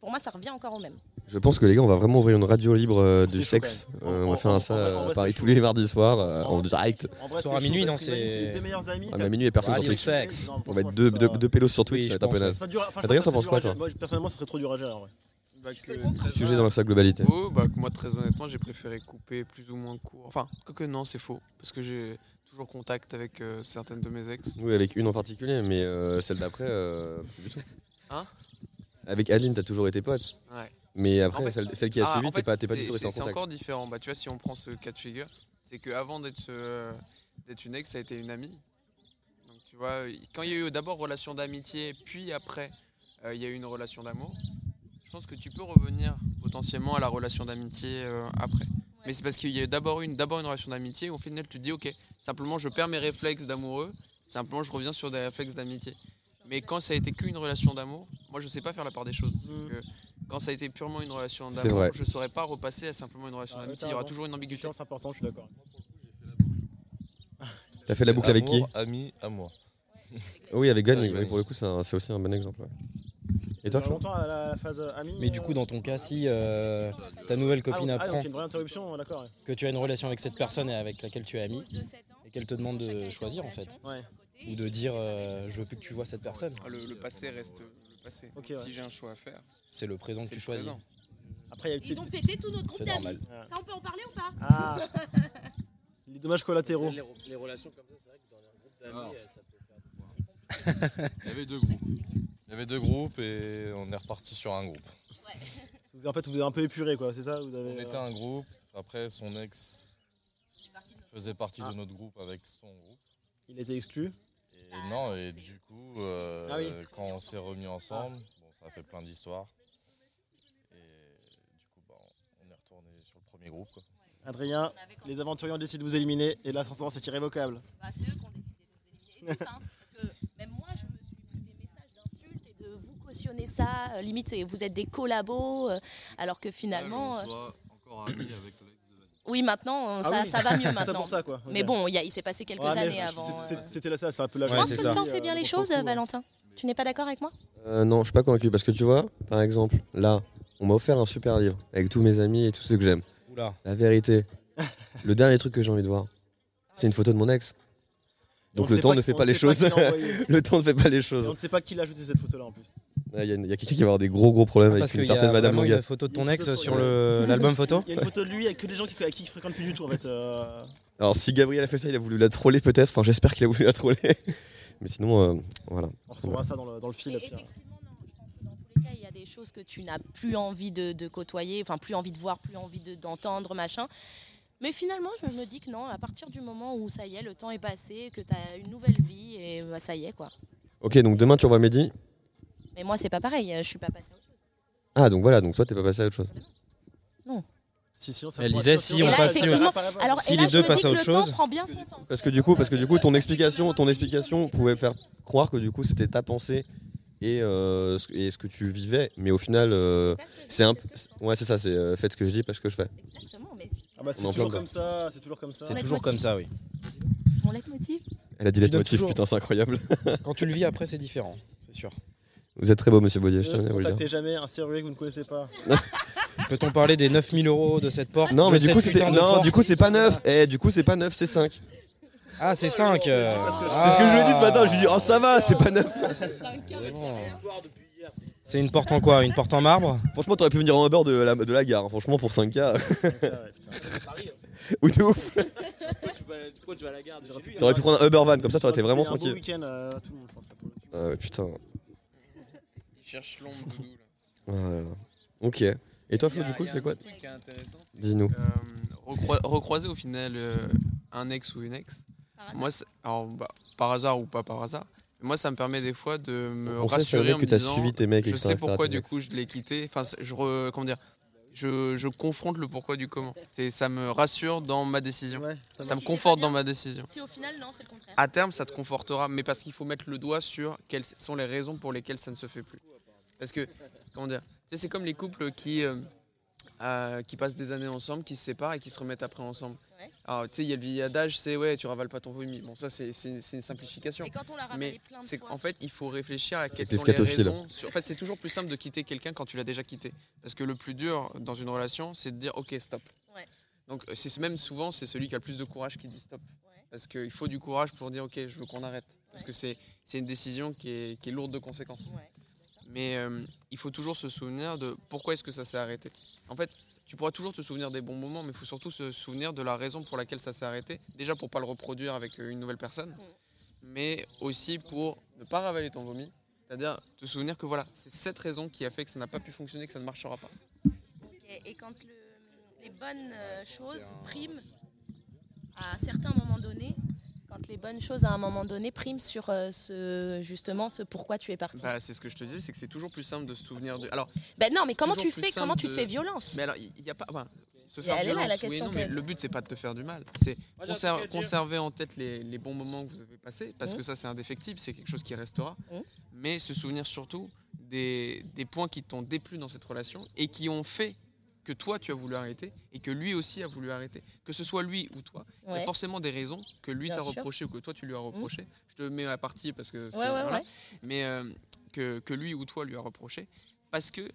Pour moi, ça revient encore au même.
Je pense que les gars, on va vraiment ouvrir une radio libre euh, du
C'est chaud,
sexe.
quand même.
Euh,
En-
on
en-
va faire
en-
un ça
en vrai, en
euh, à
vrai,
Paris
c'est
tous les mardis soirs euh, en direct.
En vrai,
Soir à
c'est chaud,
minuit,
parce
non,
qu'imagine,
c'est-
les deux meilleurs amis.
Ah,
t'as-
mais à minuit, il y a personne sur
Radio
Twitch.
sexe.
On va être deux, deux, deux pélos sur Twitch,
Oui,
ça va être
je
un peu
pense,
naze.
Ça dure- enfin, je
Adrien,
pense que
t'en
ça
penses
dure
quoi,
à gérer.
toi
Moi, personnellement, ce serait trop dur à gérer en vrai.
Bah, que-
Sujet dans sa globalité.
Oh, bah, moi, très honnêtement, j'ai préféré couper plus ou moins court. Enfin, que, que non, c'est faux. Parce que j'ai toujours contact avec euh, certaines de mes ex.
Oui, avec une en particulier, mais euh, celle d'après, euh, plus du tout.
Hein
Avec Aline, t'as toujours été pote.
Ouais.
Mais
En
après,
fait-
celle, celle qui a
Ah,
suivi,
en
t'es
fait,
pas, t'es pas du
c'est-
tout resté en
C'est c'est
contact.
encore différent. Bah, tu vois, si on prend ce cas de figure, c'est qu'avant d'être euh, d'être une ex, ça a été une amie. Donc, tu vois, il- quand il y a eu d'abord relation d'amitié, puis après, euh, il y a eu une relation d'amour, je pense que tu peux revenir potentiellement à la relation d'amitié euh, après. Mais c'est parce qu'il y a eu d'abord une, d'abord une relation d'amitié, où au final, tu te dis, ok, simplement, je perds mes réflexes d'amoureux, simplement, je reviens sur des réflexes d'amitié. Mais quand ça a été qu'une relation d'amour, moi, je sais pas faire la part des choses.
Mm.
C'est que quand ça a été purement une relation
C'est
d'amour,
vrai.
je saurais pas repasser à simplement une relation
Ah,
d'amitié.
t'as
Il y aura
raison.
toujours une ambiguïté.
C'est important, je suis d'accord.
T'as fait la boucle avec qui
Amour, Ami, amour.
Oui, avec
Avec
Gany,
Gany.
pour le coup, c'est un- c'est aussi un bon exemple. ouais. Et
C'est
Ah
toi, Flo
longtemps à la phase euh, amie.
Mais du
euh,
coup, dans ton cas, si euh, ta nouvelle
ah,
copine
donc- Ah,
apprend
donc une vraie interruption, euh, d'accord. ouais.
que tu as une relation avec cette personne et avec laquelle tu es ami et qu'elle te demande de choisir en fait,
Ouais.
ou de dire euh, je veux plus que tu vois cette personne,
Ah, Le, le passé reste le passé.
Ok, ouais.
Si j'ai un choix à faire,
c'est le présent que
c'est
tu
le
choisis.
présent.
Après, il y a eu
Ils
peut-être-
ont pété tout notre
C'est
groupe d'amis.
normal.
Ça, on peut en parler ou pas
Ah Les dommages collatéraux.
Les relations comme ça, c'est vrai que dans les groupes
Ah.
d'amis,
d'amis, euh, ça peut faire.
Il y avait deux groupes. Il y avait deux groupes et on est reparti sur un groupe.
Vous- En fait, vous avez un peu épuré, quoi, c'est ça vous avez,
On
euh,
était un groupe, après son ex faisait partie de notre groupe avec son groupe.
Il était exclu.
Et non, et du coup, euh,
Ah oui. Ah.
quand on s'est remis ensemble, bon, ça a fait plein d'histoires. Et du coup, bah, on est retourné sur le premier groupe. quoi.
Adrien, les aventuriers ont décidé de vous éliminer et l'ascenseur c'est irrévocable.
Bah, c'est eux qui ont décidé de nous éliminer tous, hein. Parce que même moi, je me suis pris des messages d'insultes et de vous
Cautionner ça, euh, limite, c'est- vous êtes des collabos, euh, alors que finalement.
on
euh,
soit encore amis avec l'ex de la
oui, maintenant, euh, ça,
Ah oui.
ça va mieux
C'est
maintenant.
pour ça, quoi. Ok.
Mais bon, il y a- il s'est passé quelques
Ouais, mais
années
je-
avant. euh.
c'est- c'est- C'était là ça, c'est un peu la
Je pense que le temps fait bien les choses, euh, Valentin. Tu n'es pas d'accord avec moi
Euh, non, je suis pas convaincu parce que tu vois, par exemple, là, on m'a offert un super livre avec tous mes amis et tous ceux que j'aime.
Oula.
La vérité, le dernier truc que j'ai envie de voir, c'est une photo de mon ex. Donc
On
le
sait
temps
pas-
ne fait
on
pas les
sait pas
choses.
qui l'a envoyé.
le temps ne fait pas les
Et On
choses.
ne sait pas qui l'a ajouté cette photo là en plus.
Il y a, une- y a quelqu'un qui va avoir des gros gros problèmes
Ah, Parce
avec
qu'il
une
y a
certaine Madame
vraiment
Manga.
une photo de ton ex sur le- l'album photo
Il y a une photo de lui avec que des gens qui, à qui il fréquente plus du tout en fait. euh.
Alors si Gabriel a fait ça, il a voulu la troller peut-être. Enfin, j'espère qu'il a voulu la troller. Mais sinon, euh, voilà.
On retrouvera ça dans le, dans le fil. hein. Pierre.
Après, il y a des choses que tu n'as plus envie de, de côtoyer, enfin plus envie de voir, plus envie de- d'entendre, machin. Mais finalement, je me dis que non, à partir du moment où ça y est, le temps est passé, que tu as une nouvelle vie, et bah, ça y est, quoi.
Ok, donc demain tu revois Mehdi.
Mais moi, c'est pas pareil, euh, je suis pas passée.
Ah, donc voilà, donc toi t'es pas passé à autre chose.
Si, si, on sait
Elle
pas.
disait
Si,
si
on
on
sait pas,
passe
si on
si,
sait
on-
pas, pas,
Alors,
si
et là,
les deux
je me
passent
dis
à
que
autre
le temps
chose.
prend bien son temps.
Parce que du coup, parce que du coup, ton explication, ton explication pouvait faire croire que du coup c'était ta pensée et, euh, ce- et ce que tu vivais, mais au final, euh, c'est un, ouais, c'est ça, c'est euh, faites ce que je dis, pas ce que je fais.
Ah bah,
On en
c'est toujours
plein
comme ça, c'est toujours comme ça.
C'est toujours comme
ça, oui.
Mon leitmotiv
Elle a
Tu
dit les
donnes
motifs,
toujours-
putain, c'est incroyable.
Quand tu le vis après, c'est différent, c'est sûr.
vous êtes très beau, Monsieur Baudier, je tiens à
Ne
vous le
Euh, contactez
dire.
jamais un serrurier que vous ne connaissez pas.
Peut-on parler des 9000 euros de cette porte
Non,
de
mais du
cette
coup c'était,
putain de
non,
porte
du coup c'est pas neuf. Eh, du coup c'est pas neuf, c'est 5
Ah, c'est 5
C'est ce que je lui ai dit ce matin. Je lui ai dit, oh ça va, c'est pas neuf.
C'est une porte en quoi Une porte en marbre
Franchement, t'aurais pu venir en Uber de la, de la gare. hein. Franchement, pour
Ah,
5K. Ou de ouf.
Pourquoi hein. tu vas à la gare
T'aurais pu prendre un Uber van, comme ça, t'aurais été vraiment
Un beau
tranquille.
week-end euh, à tout le monde, je pense, ça, pour le coup.
Ah ouais, putain.
Il cherche l'ombre, Doudou. là.
Ah là là. Ok. Et toi, Flo,
Il y a-
du coup,
il y a
c'est
un
quoi
autre truc qui est intéressant, c'est-
Dis-nous.
Euh, recroi- recroiser au final euh, un ex ou une ex. Moi, c'est- alors, bah, par hasard ou pas par hasard. Moi, ça me permet des fois de me
On sait, c'est un
rassurer
mec
en
que
me
t'as
disant,
suivi tes mecs,
je
etc.,
sais
etc.,
pourquoi
tes
du
ex.
coup je l'ai quitté. Enfin, c'est- je re- comment dire, je, je confronte le pourquoi du comment. C'est ça me rassure dans ma décision.
ça
ça
marche.
me conforte dans ma décision.
Si au final, non, c'est le contraire.
À terme, ça te confortera, mais parce qu'il faut mettre le doigt sur quelles sont les raisons pour lesquelles ça ne se fait plus. Parce que, comment dire, tu sais, c'est comme les couples qui, euh, euh, qui passent des années ensemble, qui se séparent et qui se remettent après ensemble. Alors, tu sais, il y a le vieil adage, c'est ouais, tu ravales pas ton vomi. Bon, ça, c'est c'est- c'est une simplification. mais c'est en fait, il faut réfléchir à quelles
des
sont les
scatophiles.
raisons. sur- En fait, c'est toujours plus simple de quitter quelqu'un quand tu l'as déjà quitté. Parce que le plus dur dans une relation, c'est de dire ok, stop. Donc euh, c'est même souvent c'est celui qui a le plus de courage qui dit stop. Parce qu'il faut du courage pour dire ok je veux qu'on arrête. Parce que c'est c'est une décision qui est, qui est lourde de conséquences. Mais euh, il faut toujours se souvenir de pourquoi est-ce que ça s'est arrêté. En fait, tu pourras toujours te souvenir des bons moments, mais il faut surtout se souvenir de la raison pour laquelle ça s'est arrêté. Déjà pour pas le reproduire avec euh, une nouvelle personne, mais aussi pour ne pas ravaler ton vomi. C'est-à-dire te souvenir que voilà, c'est cette raison qui a fait que ça n'a pas pu fonctionner, que ça ne marchera pas.
Et, et quand le- les bonnes euh, choses priment à certains moments donnés, quand les bonnes choses à un moment donné priment sur euh, ce justement ce pourquoi tu es parti.
Bah, c'est ce que je te disais, c'est que c'est toujours plus simple de se souvenir de. Alors.
Ben non, mais
c'est
comment tu
toujours plus
fais- comment
simple
tu te fais violence
Mais alors, il n'y a pas. enfin, se
Et
faire
elle est là, la
violence, oui et
question
non, mais
qu'elle-
le but c'est pas de te faire du mal, c'est
j'ai un
conser-
truc à dire.
conserver en tête les, les bons moments que vous avez passés, parce
Mhm.
que ça c'est indéfectible, c'est quelque chose qui restera.
Mhm.
Mais se souvenir surtout des, des points qui t'ont déplu dans cette relation et qui ont fait que toi tu as voulu arrêter et que lui aussi a voulu arrêter. Que ce soit lui ou toi, il y
Ouais.
a forcément des raisons que lui
Bien
t'a
sûr. Mmh.
reproché ou que toi tu lui as reproché. Je te mets à partie parce que c'est-
Ouais, ouais,
voilà.
ouais.
mais euh, que, que lui ou toi lui a reproché parce que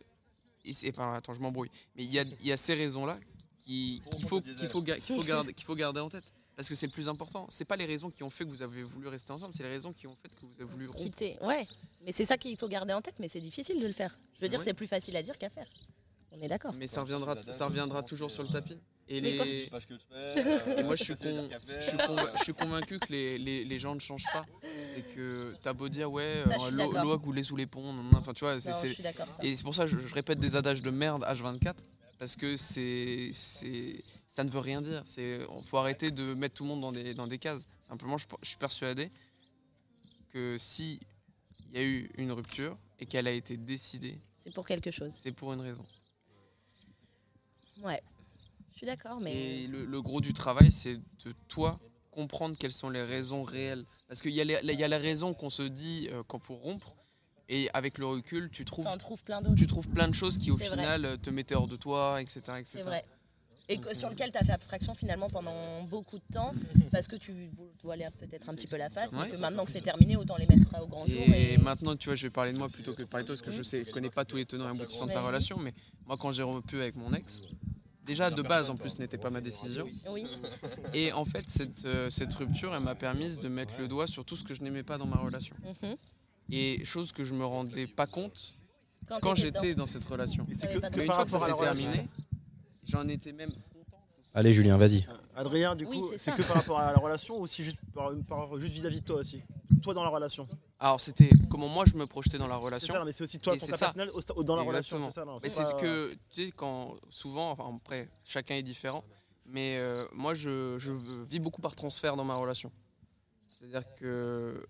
et c'est pardon, attends je m'embrouille mais il y a, il y a ces raisons là qu'il faut qu'il faut ga- qu'il faut garder qu'il faut garder en tête parce que c'est le plus important c'est pas les raisons qui ont fait que vous avez voulu rester ensemble c'est les raisons qui ont fait que vous avez voulu rompre
Quitter. Ouais. Mais c'est ça qu'il faut garder en tête, mais c'est difficile de le faire. Je veux dire,
Oui.
c'est plus facile à dire qu'à faire. On est d'accord.
mais ça reviendra ça reviendra toujours sur le tapis et
Mais quoi
les
Parce que tu fais, euh,
moi je suis,
c'est
con-
dire qu'à faire.
je suis con- je suis convaincu que les, les- les gens ne changent pas c'est que t'as beau dire ouais
Ça, je
euh,
suis
l'eau
d'accord.
l'eau a coulé sous les ponts nan, nan, enfin tu vois c'est
Non, je
c'est-
suis d'accord, ça.
et c'est pour ça que je, je répète des adages de merde H24 parce que c'est c'est ça ne veut rien dire c'est on faut arrêter de mettre tout le monde dans des dans des cases simplement je, je suis persuadé que si il y a eu une rupture et qu'elle a été décidée
C'est pour quelque chose.
c'est pour une raison
Ouais. Je suis d'accord, mais
Et le, le gros du travail, c'est de toi comprendre quelles sont les raisons réelles. Parce qu'il y, a les- il y a la raison qu'on se dit euh, quand pour rompre, et avec le recul, tu trouves,
t'en trouves plein d'autres.
tu trouves plein de choses qui, au
C'est vrai.
final, euh, te mettaient hors de toi, etc. etc.
C'est vrai. Et que- sur lequel tu as fait abstraction finalement pendant beaucoup de temps, parce que tu voilais peut-être un petit peu la face,
Ouais.
et que maintenant que c'est terminé, autant les mettre au grand jour.
Et
Et...
maintenant, tu vois, je vais parler de moi plutôt que de parler de toi, parce que je sais, je connais pas tous les tenants et aboutissants de ta
Vas-y.
relation, mais moi, quand j'ai rompu avec mon ex, déjà de base, en plus, n'était pas ma décision.
Oui.
Et en fait, cette, euh, cette rupture, elle m'a permis de mettre le doigt sur tout ce que je n'aimais pas dans ma relation.
Mhm.
Et chose que je me rendais pas compte
Quand
quand,
t'étais
j'étais
dedans.
dans cette relation.
Mais c'est que- que
Mais une
par
fois que ça
rapport à
s'est
la relation.
terminé, j'en étais même
Allez, Julien, vas-y.
Adrien, du
Oui,
coup,
c'est
c'est
ça.
que par rapport à la relation ou si juste par, par- juste vis-à-vis de toi aussi Toi dans la relation
Alors c'était comment moi je me projetais dans la relation.
ça, non, mais c'est aussi toi,
Et
ton
c'est
cas
ça.
personnel au- au- dans la relation,
Exactement.
c'est ça, non,
mais
c'est
c'est
pas-
que tu sais quand souvent, enfin après chacun est différent, mais euh, moi je, je vis beaucoup par transfert dans ma relation. C'est-à-dire que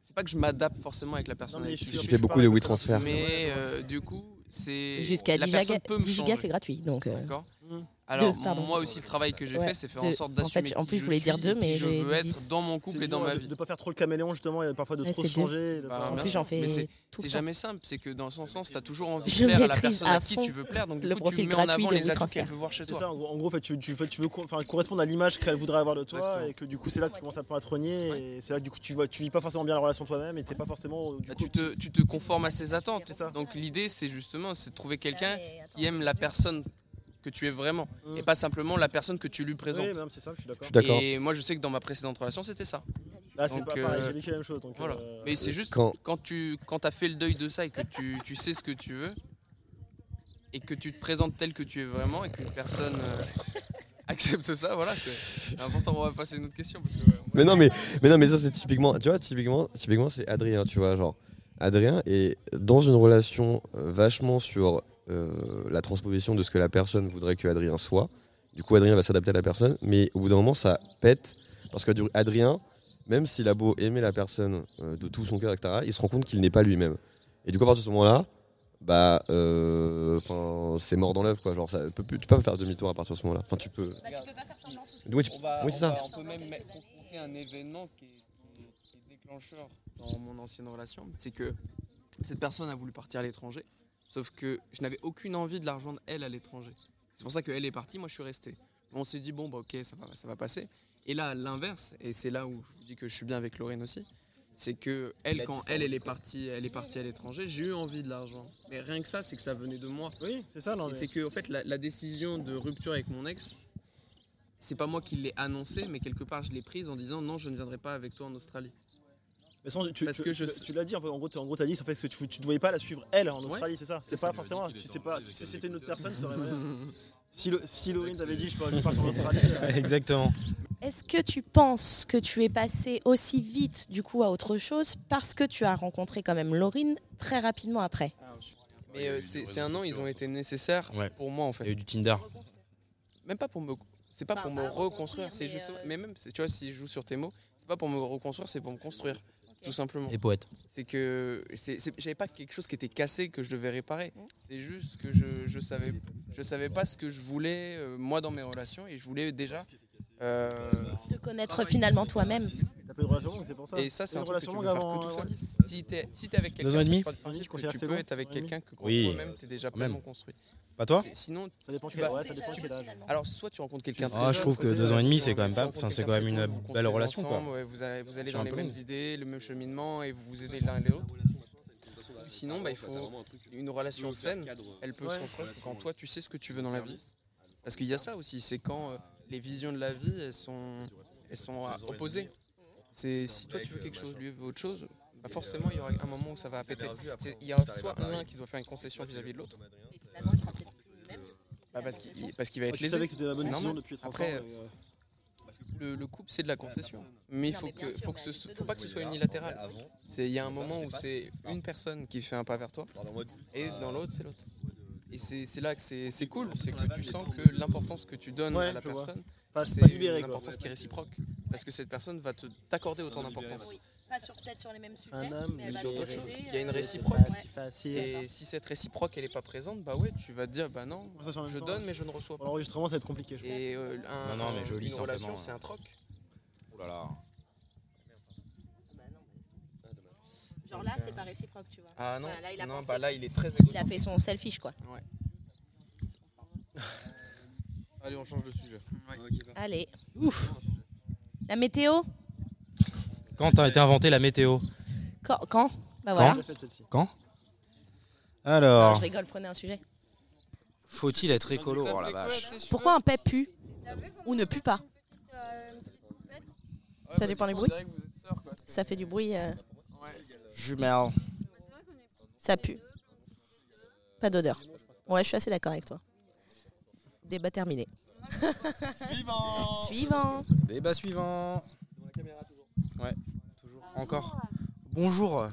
c'est pas que je m'adapte forcément avec la personne.
mais
avec
je
qui
suis-
je
Tu
suis.
fais beaucoup de oui transfert.
Mais euh, du coup c'est
Jusqu'à
la
10
personne
giga-
peut me
10 gigas,
changer.
c'est gratuit, donc, euh,
D'accord.
Mm.
Alors
Deux, pardon.
moi aussi le travail que j'ai
Ouais,
fait c'est faire en
deux.
sorte
En fait,
d'assumer.
en plus,
qui
je voulais dire
suis
deux,
et
mais
qui je
j'ai
veux
dit
être
dix.
dans mon couple
C'est
et dans
dur
ma
de-
vie.
De pas faire trop le caméléon justement et parfois de
Ouais,
trop
Ah, c'est
se
dur.
changer. de
Bah,
pas-
bien
plus,
sûr.
j'en fais
Mais c'est-
tout le
C'est
temps.
jamais simple, c'est que dans son sens, tu as toujours envie
Je
de plaire à la
maîtrise
personne
à
à qui
fond
tu veux plaire, donc
le
du coup, tu
profil
mets en
gratuit
avant
de
les atouts
WeTransfer.
qu'elle veut voir chez
C'est
toi.
ça, en gros, en gros, fait, tu, tu, fait, tu veux co- enfin, correspondre à l'image qu'elle voudrait avoir de toi
Exactement.
et que du coup c'est là que tu commences à te rogner et c'est là que du coup tu, vois, tu vis pas forcément bien la relation toi-même et t'es pas forcément euh, du
Bah,
coup,
tu, te, tu te conformes à ses attentes. Donc l'idée, c'est justement c'est de trouver quelqu'un qui aime la personne que tu es vraiment et pas simplement la personne que tu lui présentes.
Mmh. Oui, même, c'est ça, je suis d'accord. Je suis
d'accord.
Et moi, je sais que dans ma précédente relation, c'était ça.
Là, c'est pas pareil,
euh,
j'ai vécu la même chose, donc,
voilà.
euh,
Mais c'est juste
Quand-
quand, tu quand as fait le deuil de ça et que tu, tu sais ce que tu veux et que tu te présentes tel que tu es vraiment et qu'une personne euh, accepte ça, voilà, c'est important. On va passer à une autre question parce que. euh,
Mais non, mais, mais non, mais ça, c'est typiquement, tu vois, typiquement, typiquement, c'est Adrien, tu vois, genre, Adrien est dans une relation euh, vachement sur euh, la transposition de ce que la personne voudrait que Adrien soit. Du coup, Adrien va s'adapter à la personne, mais au bout d'un moment, ça pète parce que du- Adrien, même s'il a beau aimer la personne euh, de tout son cœur, etc., il se rend compte qu'il n'est pas lui-même. Et du coup, à partir de ce moment-là, bah, euh, 'fin, c'est mort dans l'œuf, quoi. Genre, ça, peut plus- tu peux pas faire demi-tour à partir de ce moment-là. Enfin, Bah, tu peux. Oui, tu-
on va-
oui, c'est
on
ça.
va- on peut même mettre- confronter un événement qui est, qui est- qui est déclencheur dans mon ancienne relation. C'est que cette personne a voulu partir à l'étranger, sauf que je n'avais aucune envie de la rejoindre, elle, à l'étranger. C'est pour ça qu'elle est partie, moi je suis resté. On s'est dit, bon, bah, ok, ça va, ça va passer. Et là, à l'inverse, et c'est là où je vous dis que je suis bien avec Lorraine aussi, c'est que elle, quand elle, elle est partie, elle est partie à l'étranger, j'ai eu envie de la rejoindre. Mais rien que ça, c'est que ça venait de moi.
Oui, c'est ça. non, mais-
C'est que, en fait, la- la décision de rupture avec mon ex, c'est pas moi qui l'ai annoncé, mais quelque part je l'ai prise en disant non, je ne viendrai pas avec toi en Australie.
Mais sans- tu,
Parce
tu-
que je-
tu- tu l'as dit, en fait, en gros, t'as- en gros, t'as dit, en fait, que tu, tu ne voyais pas la suivre elle en Australie,
Ouais.
c'est ça.
C'est
C'est
ça,
pas
il a dit
forcément.
qu'il
Tu
était
sais
en
pas.
Australie,
Si
avec
c'était une autre
écouteurs.
personne, t'aurais rien. Si, le, si Laurine t'avait dit, je pars, je pars en Australie. euh,
Exactement.
Est-ce que tu penses que tu es passé aussi vite du coup à autre chose parce que tu as rencontré quand même Laurine très rapidement après
Mais euh, c'est c'est un an, ils ont été nécessaires pour moi en fait.
Il y a eu du Tinder.
Même pas pour me. C'est pas
Bah,
pour
on
me
va
reconstruire, c'est juste. Mais même, c'est- tu vois, si je joue sur tes mots, c'est pas pour me reconstruire, c'est pour me construire, tout simplement.
Et poète.
C'est que c'est- c'est- j'avais pas quelque chose qui était cassé que je devais réparer. C'est juste que je, je savais je savais pas ce que je voulais euh, moi dans mes relations et je voulais déjà. euh,
Te connaître finalement toi-même
T'as pas eu de relation longue, c'est pour ça.
Et ça, c'est
Une
un truc que
relation
tu peux
longue
faire
avant,
que tout seul.
ouais.
Si t'es si t'es avec
Deux
quelqu'un,
ans et demi
je pars du principe
Je
que
considère
tu
que c'est
peux
long.
être avec
Un an et
quelqu'un que quand
Oui.
toi-même t'es déjà
Quand même.
pleinement construit.
Pas toi
C'est- Sinon,
Ça dépend
tu
quel-
vas- Bah,
ouais, ça dépend quel âge.
Alors, soit tu rencontres quelqu'un.
Ah,
très
je
jeune,
trouve que
soit
deux
tu
ans et demi,
rencontres
c'est quand même pas-
quelqu'un
enfin, c'est
très
quand même
tôt,
une
vous construisez
belle relation, quoi.
ensemble, ouais, vous allez, vous allez
C'est
dans
un
les
peu
mêmes
long.
idées, le même cheminement et vous vous aidez l'un et l'autre. Ou Sinon, bah, il faut une relation saine. Elle peut se
Ouais.
construire quand toi, tu sais ce que tu veux dans la vie. Parce qu'il y a ça aussi, c'est quand euh, les visions de la vie, elles sont, elles sont euh, opposées. C'est euh, si toi tu veux quelque chose, lui veut autre chose, bah forcément il y aura un moment où ça va péter. C'est- Il y aura soit l'un qui doit faire une concession vis-à-vis de l'autre. Bah, parce qu'il parce qu'il va
Ah,
être
tu
lésé.
savais que c'était la bonne
C'est
décision
normal.
depuis être
Après,
ensemble, euh,
le, le couple c'est de la concession, mais il
Non,
faut
mais
que
bien sûr,
faut que
mais
ce
avec les
faut pas que ce soit unilatéral. C'est il y a un
Bah,
moment où c'est une personne qui fait un pas vers toi et
euh,
dans l'autre c'est l'autre. Et c'est c'est là que c'est c'est cool, c'est que tu sens que l'importance que tu donnes
Ouais,
à la
je vois.
personne,
Pas-
c'est
pas libéré,
une
quoi.
importance qui est réciproque parce que cette personne va te t'accorder autant d'importance.
pas sur, peut-être sur les mêmes sujets,
Un homme,
mais
mais
elle va
sur
se
d'autres
traiter,
choses.
Il y a une
euh,
réciproque.
ouais.
facile.
Et si cette réciproque elle est pas présente, bah ouais, tu vas te dire bah non,
en même
je
temps, hein.
donne mais je ne reçois pas.
L'enregistrement, ça va être compliqué, je pense.
Et euh, un-
Non, non, mais joli,
une
simplement,
relation,
hein.
c'est un troc.
Oh là là.
Genre là, c'est pas réciproque, tu vois.
Ah non,
Voilà, là, il a
non
pensé.
bah là il est très
Il a fait son selfish quoi.
Ouais. Allez, on change de sujet.
Allez. Ouf. La météo
Quand a été inventée la météo
Quand, quand
Quand
Bah voilà.
Quand
Non,
Alors,
je rigole, prenez un sujet.
faut-il être écolo Oh la vache.
Pourquoi un paix pue ou ne pue pas Ça dépend des bruits. Ça fait du bruit. euh,
Jumelle.
Ça pue. Pas d'odeur. Ouais, je suis assez d'accord avec toi. Débat terminé. Suivant. Suivant.
Débat suivant. Ouais, toujours. Encore. Bonjour.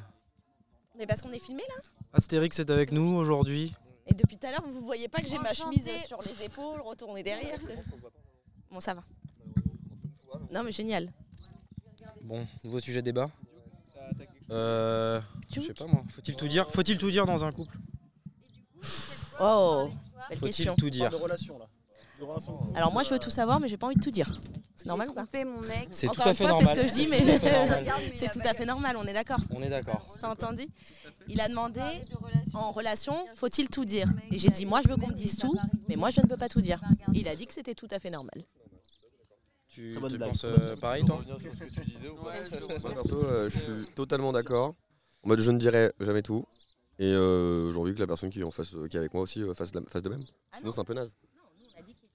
Mais parce qu'on est filmé là
Astérix est avec nous aujourd'hui.
Et depuis tout à l'heure, vous voyez pas que j'ai ma chemise sur les épaules, retournée derrière. Bon, ça va. Non, mais génial.
Bon, nouveau sujet débat. Euh, je sais pas moi. Faut-il tout dire Faut-il tout dire dans un couple
Oh, belle
Faut-il
question.
tout dire
De relation, là. De relation de couple.
Alors moi, je veux tout savoir, mais j'ai pas envie de tout dire. C'est normal ou pas
mon mec.
C'est
Encore
tout à
une
fait
fois,
normal.
fais ce que je dis,
C'est
mais
tout à fait normal.
c'est tout à fait normal. On est d'accord.
On est d'accord.
T'as entendu Il a demandé en relation, faut-il tout dire Et j'ai dit moi, je veux qu'on me dise tout, mais moi, je ne veux pas tout dire. Il a dit que c'était tout à fait normal.
Tu
Très bonne
te
blague.
penses euh, pareil toi
Moi, perso, euh, je suis totalement d'accord. En mode, je ne dirai jamais tout. Et euh, j'ai envie que la personne qui, est en face, qui est avec moi aussi euh, fasse, la- fasse de même. Sinon, c'est un peu naze.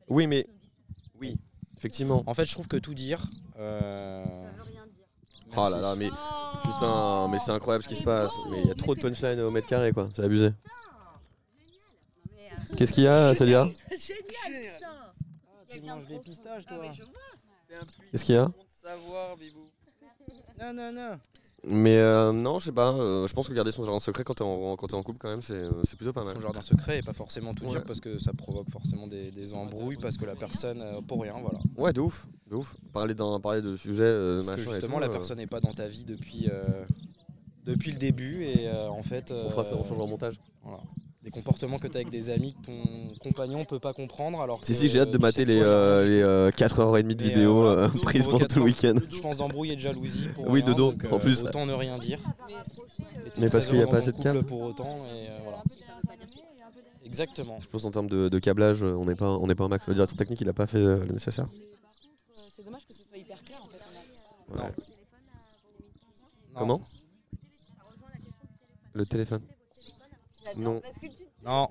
Oui, mais. Oui, effectivement.
En fait, je trouve que tout dire. euh,
Oh là là, mais. Putain, mais c'est incroyable ce
Oh.
qui se passe. Mais il y a trop de punchline au mètre carré, quoi. C'est abusé. Qu'est-ce qu'il y a, Célia
Génial, putain
Tu manges
des pistaches, toi
Qu'est-ce qu'il y a
savoir, Bibou.
Non, non, non.
Mais euh, non, je sais pas. euh, je pense que garder son jardin secret quand t'es en, quand t'es en couple, quand même, c'est euh, c'est plutôt pas mal.
Son jardin secret et pas forcément tout
Ouais.
dire parce que ça provoque forcément des, des embrouilles parce que la personne euh, pour rien voilà.
Ouais, de ouf, de ouf. Parler, d'un- parler de sujets, euh,
Parce que
machin et
justement
tout,
la
euh,
personne n'est pas dans ta vie depuis euh, depuis le début et euh, en fait.
On fera ça, on changera en
montage. Des comportements que tu as avec des amis que ton compagnon peut pas comprendre alors.
Si,
que,
si, j'ai hâte
euh,
de
tu
mater
sais,
les,
toi,
euh, les euh, 4h30 de
Mais, euh,
vidéo
voilà,
euh,
plutôt
prises pendant tout le
provocateur.
week-end.
Je pense d'embrouille et de jalousie. Pour
Oui,
rien,
dodo,
donc, euh,
en plus.
Autant ne rien dire.
Mais parce qu'il y a pas assez de
câbles
câbles.
Pour autant, et, euh, voilà. Exactement.
Je pense en termes de, de câblage, euh, on n'est pas, on n'est pas au max. Le directeur technique, il a pas fait euh, le nécessaire.
C'est dommage que ce soit hyper clair en fait. on
Ouais.
a-
Comment Le téléphone. euh, Non.
Non.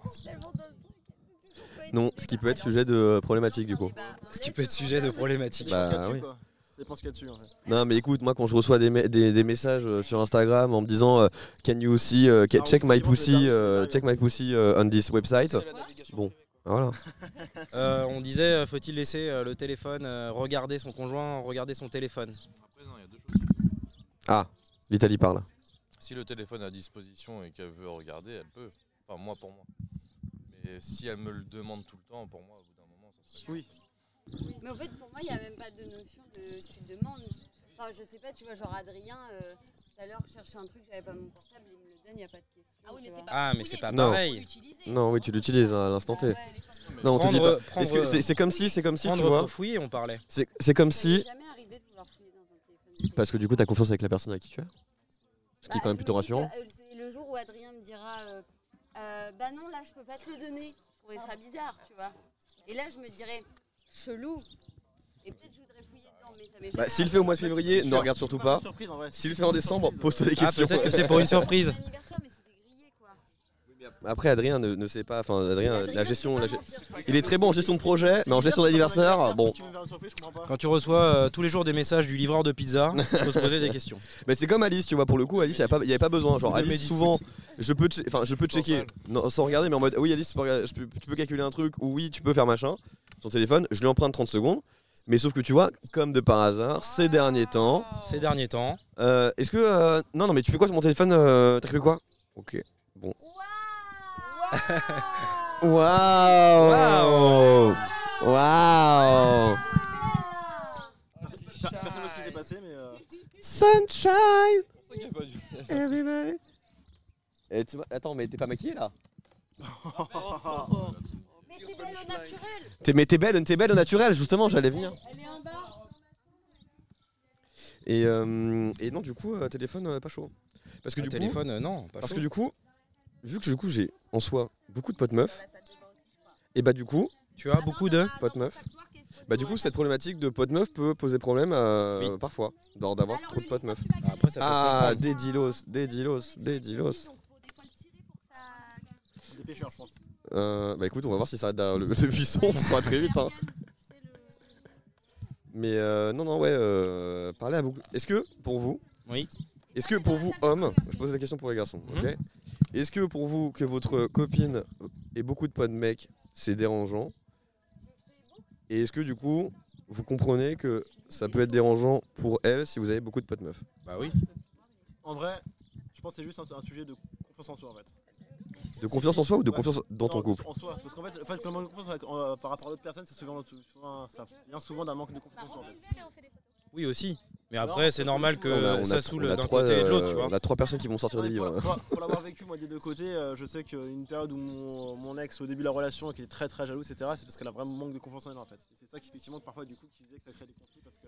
Non, ce qui peut être sujet de euh, problématique du coup.
Ce qui peut être sujet de problématique.
Bah,
C'est
oui.
là-dessus, quoi. C'est pense qu'il y a dessus, en fait.
Non mais écoute, moi quand je reçois des, me- des, des messages euh, sur Instagram en me disant euh, Can you see, euh, ca- check my pussy, euh, check my pussy euh, on this website. Bon, voilà.
Euh, on disait, euh, faut-il laisser euh, le téléphone, euh, regarder son conjoint, regarder son téléphone
Ah, l'Italie parle.
Si le téléphone est à disposition et qu'elle veut regarder, elle peut. Enfin, moi pour moi. Mais si elle me le demande tout le temps, pour moi, au bout d'un moment, ça serait. Oui.
Mais en fait, pour moi, il n'y a même pas de notion de tu demandes. Enfin, je sais pas, tu vois, genre Adrien, euh, tout à l'heure, je cherchais un truc, j'avais pas mon portable, il me le donne, il n'y a pas de question. Ah oui, mais c'est
Ah, mais
c'est pas
non.
pareil.
Non, oui, tu l'utilises hein, à l'instant T. Non, on te
Prendre-
dit pas.
prendre-
Est-ce que c'est c'est comme si, c'est comme si, tu
prendre
vois.
pour fouiller, on parlait.
C'est c'est comme si,
jamais arrivé de vouloir filer dans un téléphone.
parce que du coup, t'as confiance avec la personne à qui tu es. Ce qui est quand même plutôt rassurant.
Euh, c'est le jour où Adrien me dira euh, Euh, bah non, là, je peux pas te le donner, je trouverais ça bizarre, tu vois. Et là, je me dirais chelou. Et peut-être je voudrais fouiller dedans, mais ça m'est
Bah,
jamais
S'il le fait au mois de février, ne regarde surtout pas. S'il le fait en décembre, pose-toi des
Ah,
questions.
peut-être que c'est pour une surprise.
Après, Adrien ne, ne sait pas. Enfin, Adrien, la gestion. la ge- Il est très bon en gestion de projet, mais en gestion d'anniversaire, bon.
Quand tu reçois euh, tous les jours des messages du livreur de pizza, faut se poser des questions.
Mais c'est comme Alice, tu vois, pour le coup, Alice, il n'y avait pas besoin. Genre,
Le
Alice,
Medifruit.
souvent, je peux, che- enfin, je peux checker non, sans regarder, mais en mode, ah oui, Alice, tu peux, regarder- je peux- tu peux calculer un truc, ou oui, tu peux faire machin. Son téléphone, je lui emprunte 30 secondes. Mais sauf que tu vois, comme de par hasard, ces derniers temps.
Ces derniers temps.
Est-ce que. euh, non, non, mais tu fais quoi sur mon téléphone euh, T'as cru quoi Ok, bon. Waouh Waouh
Personne n'ose ce qui s'est passé, mais. euh,
Sunshine
ça qu'il y a pas du-
Everybody
Et Eh, tu m'as- Attends, mais t'es pas maquillée là
Mais t'es belle au naturel
T'es- Mais t'es belle, t'es belle au naturel, justement, j'allais venir.
Elle est en bas
Et, euh, et non, du coup, euh, téléphone, euh, pas chaud. Parce que
Ah,
du coup-
téléphone, euh, non, pas
Parce
chaud.
que du coup, vu que du coup, j'ai en soi beaucoup de potes
Ah
meufs,
bah,
et bah du coup.
Tu as beaucoup de
potes meufs. Bah du coup, cette problématique de potes meufs peut poser problème euh, parfois, d'en- d'avoir trop de potes meufs.
après, ça peut se
Ah,
comprendre.
des dilos, des dilos, des dilos.
Des pêcheurs, je pense.
Euh, bah écoute, on va voir si ça arrête derrière le, le buisson, on sera très vite. hein. Mais euh, non, non, ouais, euh, parlez à beaucoup. Est-ce que pour vous,
oui.
Est-ce que pour vous, hommes, je pose la question pour les garçons,
Mhm.
ok Est-ce que pour vous que votre copine ait beaucoup de potes mecs, c'est dérangeant Et est-ce que du coup, vous comprenez que ça peut être dérangeant pour elle si vous avez beaucoup de potes meufs
Bah oui.
En vrai, je pense que c'est juste un, un sujet de confiance en soi en fait.
De confiance en soi ou de
Ouais.
confiance dans ton
Non,
couple
En soi, parce qu'en fait, en fait, le manque de confiance en- en- par rapport à d'autres personnes, c'est souvent, souvent- ça vient souvent d'un manque de confiance en fait.
Bah,
Oui, aussi. Mais après, c'est normal que
Attends, on a- on a-
ça
on
saoule
a
d'un
trois,
côté et de l'autre, tu
euh,
vois.
On a trois personnes qui vont sortir des livres. hein.
Pour, pour l'avoir vécu moi des deux côtés, euh, je sais qu'une période où mon, mon ex au début de la relation qui était très très jalouse, etc. C'est parce qu'elle a vraiment manque de confiance en elle en fait. Et c'est ça qui effectivement parfois du coup qui faisait que ça crée des conflits parce que.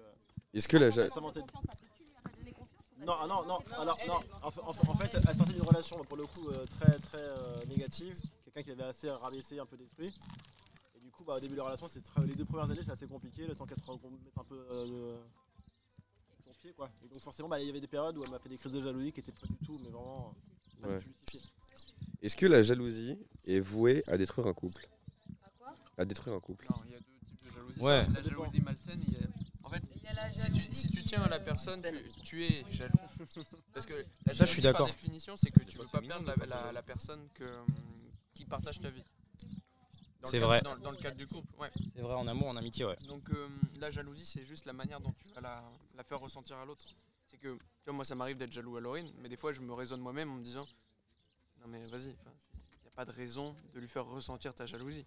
Est-ce que la ja-
Ça mentait- Non, ah non, non, alors non, en, fa- en fa- en fait, elle sortait d'une relation pour le coup euh, très très euh, négative, quelqu'un qui l'avait assez rabaissé, un peu détruit. Et du coup, bah, au début de la relation, c'est très- les deux premières années, c'est assez compliqué, le temps qu'elle se remette un peu euh, le- son pied, quoi. Et donc forcément, bah, il y avait des périodes où elle m'a fait des crises de jalousie qui étaient pas du tout, mais vraiment euh, pas
Ouais.
du tout justifiées.
Est-ce que la jalousie est vouée à détruire un couple À détruire un couple.
Il y a deux types de jalousie.
Ouais.
La jalousie malsaine, il y a- En fait, si tu, si tu tiens à la personne, tu, tu es jaloux. Parce que la
Ça, je
jalousie,
suis d'accord.
par définition, c'est que tu veux pas perdre la, la- la personne que, hum, qui partage ta vie. Dans le
C'est
cadre-
vrai.
Dans, dans le cadre du couple, ouais.
C'est vrai, en amour, en amitié, ouais.
Donc euh, la jalousie, c'est juste la manière dont tu vas la, la faire ressentir à l'autre. C'est que, tu vois, moi, ça m'arrive d'être jaloux à Laurine, mais des fois, je me raisonne moi-même en me disant, non mais vas-y, enfin, c'est- y a pas de raison de lui faire ressentir ta jalousie.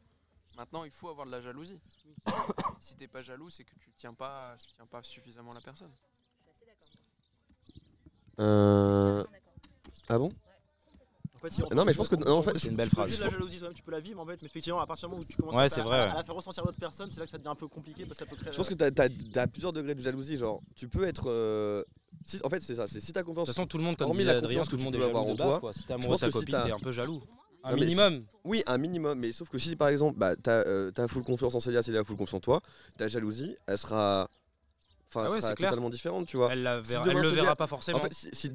Maintenant, il faut avoir de la jalousie. si t'es pas jaloux, c'est que tu tiens pas, tu tiens pas suffisamment la personne.
Euh... Ah bon
En fait, si on-
Non, mais je pense que. non, en fait,
tu peux vivre la jalousie toi-même, tu peux la vivre en fait, mais effectivement, à partir du moment où tu commences
Ouais,
à,
c'est
à-
vrai, ouais.
à la faire ressentir à l'autre personne, c'est là que ça devient un peu compliqué parce que ça peut créer.
Je pense que t'as as, plusieurs degrés de jalousie. Genre, tu peux être. euh, si- en fait, c'est ça. C'est si t'as confiance.
De toute façon, tout le monde, comme
hormis
disait
la
Adrien,
confiance
tout
que
le
tu
monde
peux
est jaloux
avoir
de
en
base,
toi.
quoi. Si t'es
je
amoureux
pense
de
que
ta copine,
t'as-
t'es un peu jaloux. Un
Non, mais
minimum.
si- Oui, un minimum. Mais sauf que si par exemple, bah, t'as euh, t'as full confiance en Célia, Célia a full confiance en toi, ta jalousie, elle sera. Enfin,
Ah
elle
ouais,
sera
c'est clair.
totalement différente, tu vois.
Elle la verra-
demain,
elle le
Célia-
verra pas forcément.
En fait, si-
Tu
si-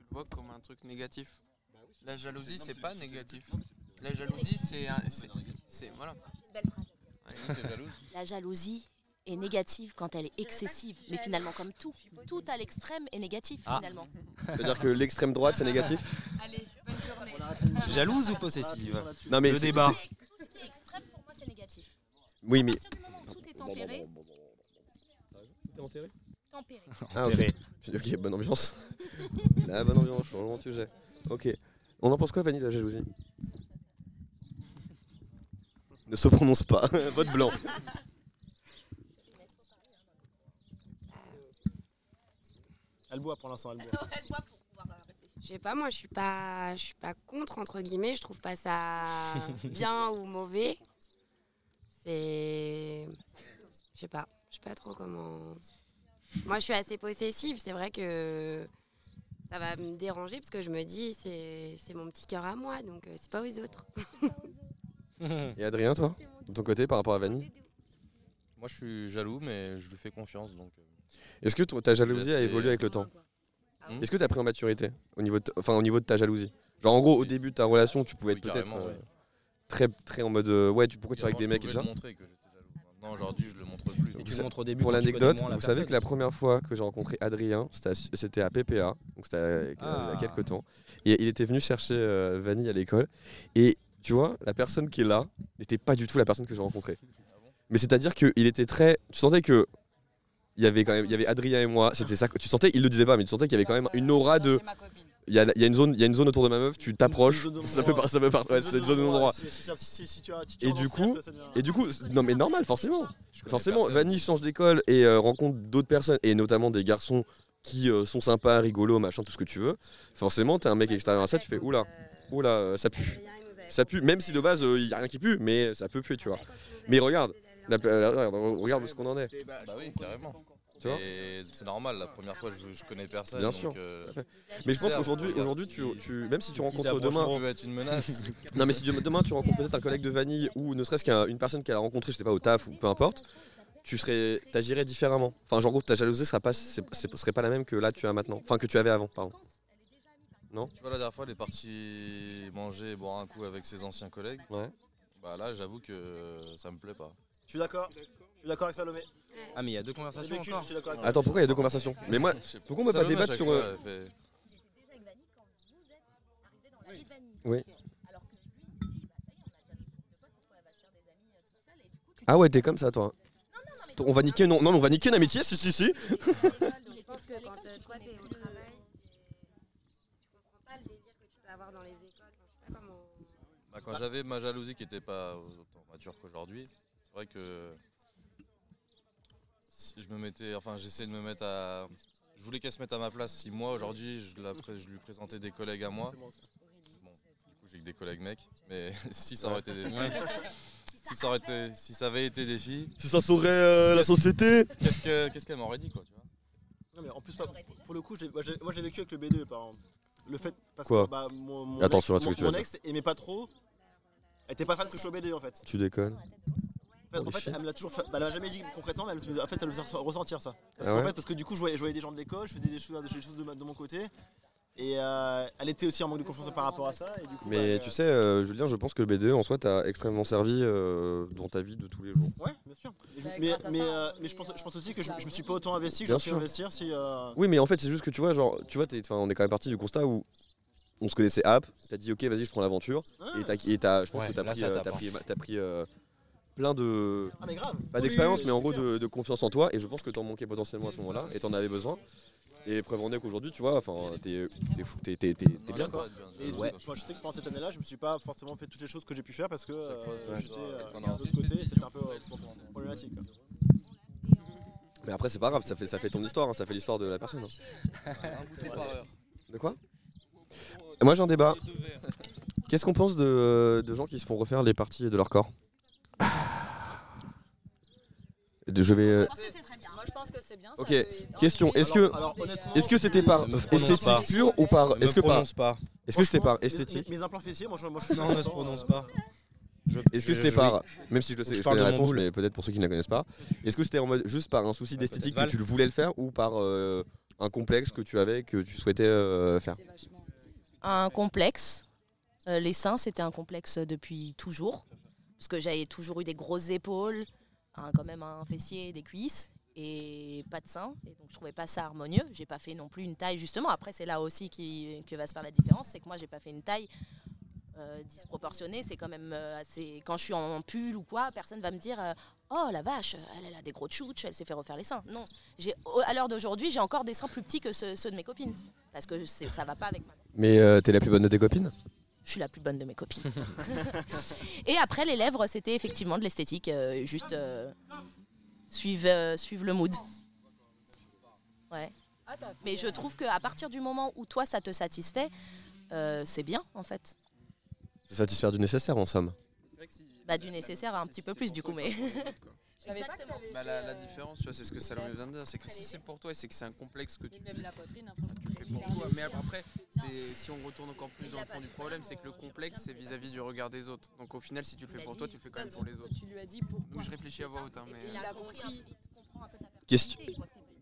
le vois comme un truc négatif. La jalousie, Bah c'est pas négatif. La jalousie, c'est un- c'est- c'est- voilà.
La jalousie est négative quand elle est excessive, mais finalement comme tout, tout à l'extrême est négatif
Ah.
finalement.
C'est-à-dire que l'extrême droite, c'est négatif
Allez, bonne journée.
Jalouse ou possessive
Non, mais
Le
c'est-
débat.
Ah, Tout ce qui est extrême pour moi c'est négatif.
Oui, mais.
Tout est tempéré, tempéré.
Ah, ok. J'ai dit, ok, bonne ambiance. La bonne ambiance, changement de sujet. Ok. On en pense quoi, Fanny, de la jalousie Ne se prononce pas. Vote blanc.
Elle boit pour l'instant, elle boit.
euh,
Je sais pas, moi je suis pas, je suis pas contre entre guillemets. Je trouve pas ça bien ou mauvais. C'est, je sais pas, Ah, je sais pas trop comment. Moi je suis assez possessive. C'est vrai que ça va me déranger parce que je me dis c'est, c'est mon petit cœur à moi, donc euh, c'est pas aux autres.
Et Adrien, toi De ton côté, par rapport à Vanny
Moi, je suis jaloux, mais je lui fais confiance. Donc, euh,
Est-ce que ton- ta jalousie a
Laisse-les.
évolué avec le temps
Hmm
Est-ce que tu as pris en maturité au niveau, de, t- enfin, au niveau de ta jalousie Genre, en gros, au début de ta relation, tu pouvais être peut-être
carrément,
euh,
ouais.
très, très en mode euh, Ouais, tu, pourquoi tu es avec
avant,
des
je
mecs et tout
pouvais
ça
le montrer que j'étais jaloux. Maintenant, aujourd'hui, je le montre plus.
Vous
Donc,
sa-
ça-
Pour l'anecdote, vous savez que la première fois que j'ai rencontré Adrien, c'était à Su- c'était à, PPA, donc c'était à-
Ah.
il y a quelques temps. Et il était venu chercher euh, Vanny à l'école. Et tu vois, la personne qui est là n'était pas du tout la personne que j'ai rencontrée. Mais c'est-à-dire qu'il était très. Tu sentais que. Il y avait quand même, il y avait Adrien et moi, c'était ça. que- Tu sentais, il le disait pas, mais tu sentais qu'il y avait quand même une aura de. Il y a, il y a une zone, il y a une zone autour de ma meuf, tu t'approches,
Une zone de
ça peut
non-droit.
par- ça peut par- ouais, c'est une zone de non-droit.
Si- si- si- si tu as- si tu
Et
en
du
lances
coup,
un, ça devient-
et du coup, non mais normal forcément. Forcément, Vanille change d'école et euh, rencontre d'autres personnes et notamment des garçons qui euh, sont sympas, rigolos, machin, tout ce que tu veux. Forcément, t'es un mec extérieur à ça, tu fais oula, oula, euh, ça pue, ça pue. Même si de base il y a rien qui pue, mais ça peut puer, tu vois. Mais regarde, la- la- la- regarde où ce qu'on en est.
Bah oui, carrément.
Tu vois
Et c'est normal, la première fois je, je connais personne.
Bien
donc,
sûr.
euh,
tout à fait. Mais je pense
observe.
qu'aujourd'hui, aujourd'hui, tu, tu- même si tu rencontres
approchent
demain,
trop, peut être une menace.
non, mais si demain- demain tu rencontres peut-être un collègue de Vanille ou ne serait-ce qu'une personne qu'elle a rencontrée, je sais pas au taf ou peu importe, tu serais, t'agirais différemment. Enfin, genre, en gros, ta jalousie serait pas, c'est- c'est- serait pas la même que là tu as maintenant, enfin que tu avais avant, pardon. Non
Tu vois, la dernière fois, elle est partie manger et boire un coup avec ses anciens collègues.
Ouais.
Bah là, j'avoue que ça me plaît pas.
Je suis d'accord. Je suis d'accord avec Salomé.
Ah, mais il y a deux conversations
Vécu, je
encore.
suis d'accord avec
Attends, pourquoi il y a deux conversations Mais moi, pourquoi on peut pas
Salomé,
débattre
chaque
sur
fois,
euh,
elle fait-
Oui. Ah ouais, t'es comme ça, toi. On va niquer, non, non, mais on va niquer une amitié, si, si, si.
Je pense que quand euh, toi t'es au travail, tu comprends pas le désir que tu peux avoir dans les écoles. Enfin, je sais pas comment.
Bah, quand j'avais ma jalousie qui n'était pas autant mature qu'aujourd'hui, c'est vrai que si je me mettais, enfin j'essayais de me mettre à, je voulais qu'elle se mette à ma place. Si moi aujourd'hui je, la pré- je lui présentais des collègues à moi, bon, du coup j'ai que des collègues mecs, mais si ça aurait été des filles, si ça aurait été, si ça avait été des filles,
Si ça saurait euh, la société.
qu'est-ce que, qu'est-ce qu'elle m'aurait dit quoi, tu vois
Non, mais en plus, toi, pour le coup, j'ai- moi, j'ai- moi j'ai vécu avec le B2 par exemple. Le fait. Parce
Quoi
que bah, mon, mon
Attention à
ex,
ce que
mon,
tu vas
mon
dire.
ex aimait pas trop. Elle était pas fan que je sois B2 en fait.
Tu déconnes.
En fait, en fait, elle me l'a toujours fait- bah, elle m'a jamais dit concrètement, mais elle, me- en fait, elle me faisait ressentir ça. Parce
Ah
qu'en
ouais
fait, parce que du coup, je voyais, je voyais des gens de l'école, je faisais des choses, des choses de, ma- de mon côté. Et euh, elle était aussi en manque de confiance par rapport à ça. Et du coup, bah,
Mais tu sais, euh, Julien, je pense que le BDE en soi t'a extrêmement servi euh, dans ta vie de tous les jours.
Ouais, bien sûr.
Bah,
Mais,
grâce à
mais,
ça,
euh, mais je, pense, je pense aussi que je, je me suis pas autant investi que
Bien
j'aurais pu
sûr.
investir si. euh,
Oui, mais en fait, c'est juste que tu vois, genre, tu vois, t'es- 'fin, on est quand même parti du constat où on se connaissait app, t'as dit ok, vas-y, je prends l'aventure, et t'as, et t'as- je pense
Ouais,
que t'as
là,
pris,
ça
euh,
tape,
t'as
hein.
pris, t'as pris, euh, plein de,
Ah, mais grave.
pas
Oui,
d'expérience,
oui,
mais en
c'est
gros de, de confiance en toi, et je pense que t'en manquais potentiellement à ce moment-là, et t'en avais besoin. Et preuve en est qu'aujourd'hui, tu vois, enfin, t'es, t'es, fou- t'es- t'es- t'es- t'es bien quoi.
Et
Ouais.
moi, je sais que pendant cette année-là, je me suis pas forcément fait toutes les choses que j'ai pu faire parce que euh,
ouais.
j'étais euh,
Quand on
de l'autre côté, c'était un peu euh, problématique. quoi.
Mais après, c'est pas grave, ça fait, ça fait ton histoire, hein, ça fait l'histoire de la personne. hein. De quoi Moi, j'ai un débat. Qu'est-ce qu'on pense de, de gens qui se font refaire les parties de leur corps De- Je vais. euh,
Je pense que c'est très bien. Moi, je pense que c'est bien. ça
Ok,
peut
question. Est-ce que
enlever, euh,
est-ce que c'était par
Ne me prononce
esthétique
pas.
pure ou par
Ne
est-ce que
me
par
prononce pas.
est-ce que c'était par
Franchement, mes-
esthétique
Mes, mes implants fessiers, moi je, moi, je
Non, ne se prononce pas.
Est-ce que
je-
c'était
je-
par même si je le sais
Je
je,
parle
connais
de
la
mon
réponse
boule.
mais peut-être pour ceux qui ne la connaissent pas est-ce que c'était en mode juste par un souci d'esthétique que
Val.
tu le voulais le faire ou par euh, un complexe que tu avais que tu souhaitais euh, faire
un complexe. Euh, les seins, c'était un complexe depuis toujours. Parce que j'avais toujours eu des grosses épaules, un- quand même un fessier, des cuisses et pas de seins. Et donc je trouvais pas ça harmonieux. J'ai pas fait non plus une taille, justement. Après, c'est là aussi qui, que va se faire la différence. C'est que moi, j'ai pas fait une taille euh, disproportionnée. C'est quand même euh, assez. Quand je suis en pull ou quoi, personne va me dire euh, Oh la vache, elle, elle a des gros tchouches, elle s'est fait refaire les seins. Non. J'ai- au- À l'heure d'aujourd'hui, j'ai encore des seins plus petits que ceux, ceux de mes copines. Parce que c'est- ça va pas avec ma
mais euh, t'es la plus bonne de tes copines
je suis la plus bonne de mes copines. et après, les lèvres, c'était effectivement de l'esthétique, euh, juste euh, suivre, euh, suivre le mood. Ouais. Mais je trouve qu'à partir du moment où toi, ça te satisfait, euh, c'est bien en fait.
se satisfaire du nécessaire en somme
Bah, du nécessaire à un petit peu plus du coup, mais.
Exactement. Bah, la, la différence, tu vois, c'est ce que Salomé vient de dire, c'est que si c'est pour toi et c'est que c'est un complexe que tu
Même la poitrine, hein,
Ah,
fais pour toi, mais après, c'est- si on retourne encore plus dans le fond du problème, c'est que le complexe, c'est vis-à-vis du regard des autres. Donc au final, si tu le fais pour toi, tu le fais quand même pour les autres.
Tu lui as dit pourquoi.
Donc je réfléchis à voix haute, hein, mais
Il a compris.
Question.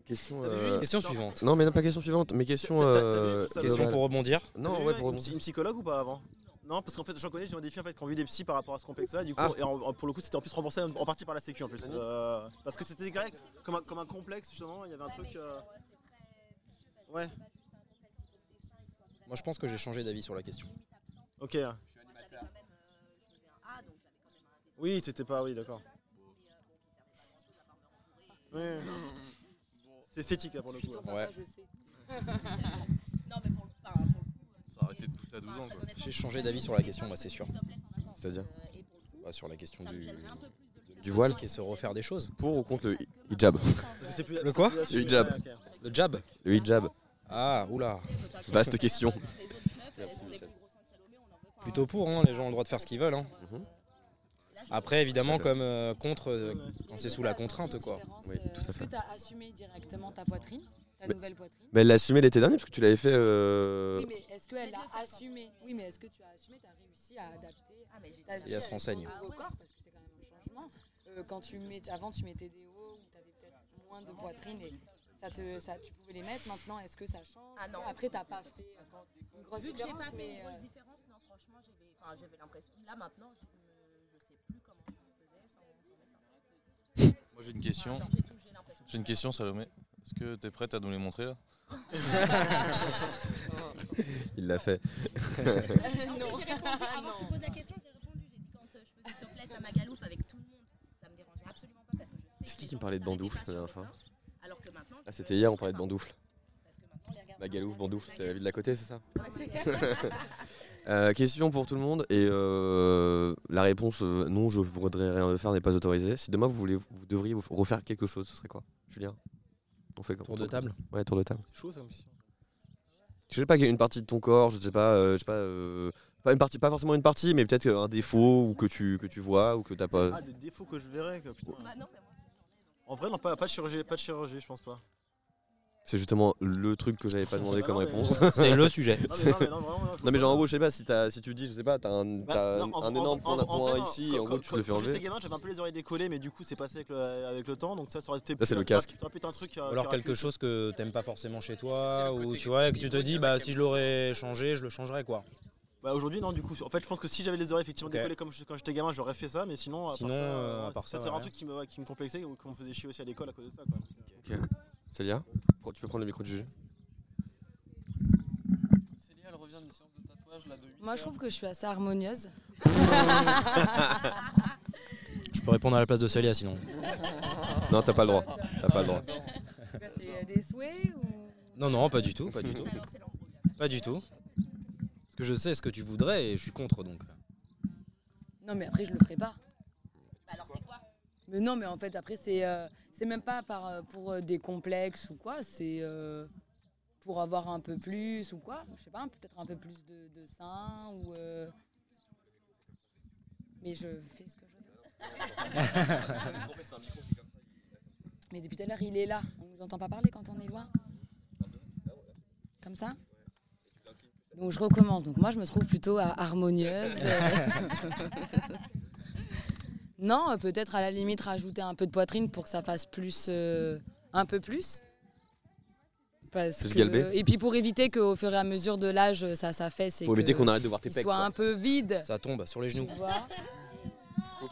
Question, euh,
Question suivante.
Non, mais non, pas question suivante, mais question. euh,
Ça,
globale.
Salomé T'as
Non,
vu
ouais,
avec une,
pour rebondir.
psy- une psychologue ou pas avant Non, parce qu'en fait, j'en connais, j'ai des filles en fait, qui ont vu des psys par rapport à ce complexe-là. Du coup,
Ah.
et en- en- pour le coup, c'était en plus remboursé en, en partie par la Sécu en plus. Euh, parce que c'était grec, comme un, comme un complexe justement, il y avait un truc. euh, Ouais,
Moi, je pense que j'ai changé d'avis sur la question.
ok.
euh,
Oui, c'était pas, oui, d'accord. Ouais.
euh,
C'est esthétique là pour le coup.
Non, mais pour le, enfin, pour le coup,
à 12 ans. quoi.
J'ai changé d'avis sur la question, moi, c'est sûr.
C'est-à-dire
Bah, Sur la question du,
Du voile
et se refaire des choses.
Pour ou contre le hi- hijab
C'est plus-
Le quoi
Le hijab.
Le jab
Le hijab.
Ah, oula.
Vaste question.
Plutôt pour, hein, les gens ont le droit de faire ce qu'ils veulent. hein.
Mm-hmm.
Après, évidemment, comme euh, contre, euh, quand c'est sous la contrainte, quoi.
Oui, tout à fait. Tu as assumé directement ta poitrine, ta nouvelle poitrine.
Mais elle l'a assumé l'été dernier parce que tu l'avais fait. euh,
Oui, mais est-ce qu'elle a assumé Oui, mais est-ce que tu as assumé Tu as réussi à adapter
ah,
ta-
Et à se renseigner.
ton nouveau corps Parce que c'est quand même un changement. Euh, quand tu mets, avant, tu mettais des hauts ou tu avais peut-être moins de poitrine et ça te, ça, tu pouvais les mettre. Maintenant, est-ce que ça change
Ah non.
Après, tu n'as pas fait euh, une grosse
Vu que j'ai
différence.
pas fait
mais,
une
euh,
grosse différence, non, franchement, j'avais enfin, j'avais l'impression. Là, maintenant, je ne je sais plus comment je faisais sans, sans mes seins.
Moi j'ai une question.
Genre, j'ai tout- j'ai l'impression
J'ai une question Salomé. Est-ce que t'es prête à nous les montrer là
Il l'a fait.
Ah, Non, mais j'ai répondu. Avant que tu poses la question, j'ai répondu. J'ai dit quand euh, je faisais top place à Magalouf avec tout le monde, ça me dérangeait absolument pas parce que je sais.
C'est qui qui me parlait de bandoufle la dernière fois
Alors que maintenant,
Ah, c'était hier, on parlait de bandoufle. Magalouf, bandoufle, c'est la ville de la côté, c'est ça Euh, question pour tout le monde et euh, la réponse euh, non, je voudrais rien refaire n'est pas autorisée. Si demain vous voulez, vous devriez vous refaire quelque chose, ce serait quoi, Julien On fait comme
Tour de table
Ouais, tour de table.
C'est chaud ça aussi.
Je sais pas une partie de ton corps, je sais pas, euh, je sais pas, euh, pas une partie, pas forcément une partie, mais peut-être euh, un défaut ou que tu que tu vois ou que t'as pas.
Ah, des défauts que je verrais. que putain. En vrai, non, pas, pas, de chirurgie, pas de chirurgie, je pense pas.
C'est justement le truc que j'avais pas demandé
Ah
comme
non, mais-
réponse.
C'est le sujet. Non, mais non, mais non, vraiment, non,
Non, mais genre en gros, je sais pas si, t'as- si tu dis, je sais pas, t'as un, t'as
Bah, non, en-
un
en-
énorme
en-
point,
en- en
point
vrai, non,
ici,
quand-
et en gros
quand-
tu peux le
quand
faire
J'étais
enlever.
gamin, j'avais un peu les oreilles décollées, mais du coup, c'est passé avec le, avec le temps, donc ça, ça aurait été.
Ça, c'est
ça
le
aurait-
casque.
Ça aurait pu être un truc.
Ou alors quelque chose que t'aimes pas forcément chez toi, ou tu vois, et que tu te dis, bah si je l'aurais changé, je le changerais, quoi.
Bah aujourd'hui non du coup en fait je pense que si j'avais les oreilles effectivement
Ok.
décollées comme je- quand j'étais gamin j'aurais fait ça mais sinon à part
Sinon,
ça,
euh,
ouais,
à part ça,
c'est un
ouais.
truc qui me, ouais, qui me complexait ou qu'on me faisait chier aussi à l'école à cause de ça quoi.
Ok. Célia, tu peux prendre le micro du jeu
Célia, elle revient d'une séance de tatouage là de 8
Moi, je trouve que je suis assez harmonieuse.
Je peux répondre à la place de Célia sinon.
Non, t'as pas le droit. T'as pas le droit.
C'est des souhaits ou...
Non, non, pas du tout, pas du tout. Pas du tout. Parce que je sais ce que tu voudrais et je suis contre donc.
Non, mais après, je le ferai pas. Mais non, mais en fait, après, c'est euh, c'est même pas par, euh, pour euh, des complexes ou quoi, c'est euh, pour avoir un peu plus ou quoi. Je sais
Bah,
pas, peut-être un peu plus de, de seins ou. euh, Mais je fais ce que je veux. mais depuis tout à l'heure, il est là. On nous entend pas parler quand on est loin. Comme ça Donc, je recommence. Donc, moi, je me trouve plutôt euh, harmonieuse. Non, euh, peut-être à la limite rajouter un peu de poitrine pour que ça fasse plus, euh, un peu plus. Parce
Plus
que-
galbé.
Et puis pour éviter qu'au fur et à mesure de l'âge, ça s'affaisse. et
Pour éviter
que
qu'on arrête de voir tes
il
pecs,
soit
quoi.
un peu vide.
Ça tombe sur les
Tu
genoux.
vois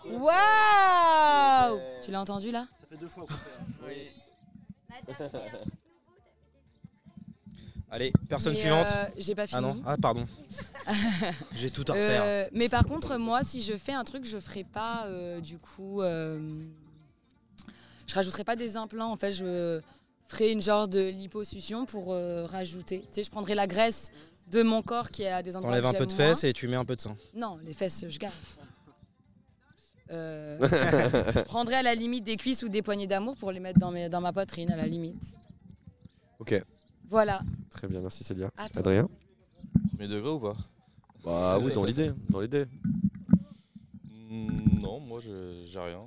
Waouh Tu l'as entendu là
euh, Ça fait hein. deux fois qu'on fait.
Allez, personne
Mais,
suivante.
euh, j'ai pas
Ah
fini.
non, ah pardon. J'ai tout à refaire.
Euh, mais par contre, moi, si je fais un truc, je ferai pas euh, du coup. euh, je rajouterai pas des implants. En fait, je ferai une genre de liposuction pour euh, rajouter. Tu sais, je prendrai la graisse de mon corps qui est à des endroits.
T'enlèves
que
un peu
j'aime
de
moins.
fesses et tu mets un peu de sein.
Non, les fesses, je garde. Euh, je prendrai à la limite des cuisses ou des poignées d'amour pour les mettre dans, mes, dans ma poitrine, à la limite.
Ok.
Voilà.
Très bien, merci Célia.
À toi.
Adrien
Premier degré ou pas
Bah oui, dans l'idée, dans l'idée.
Mm, Non, moi je- j'ai rien.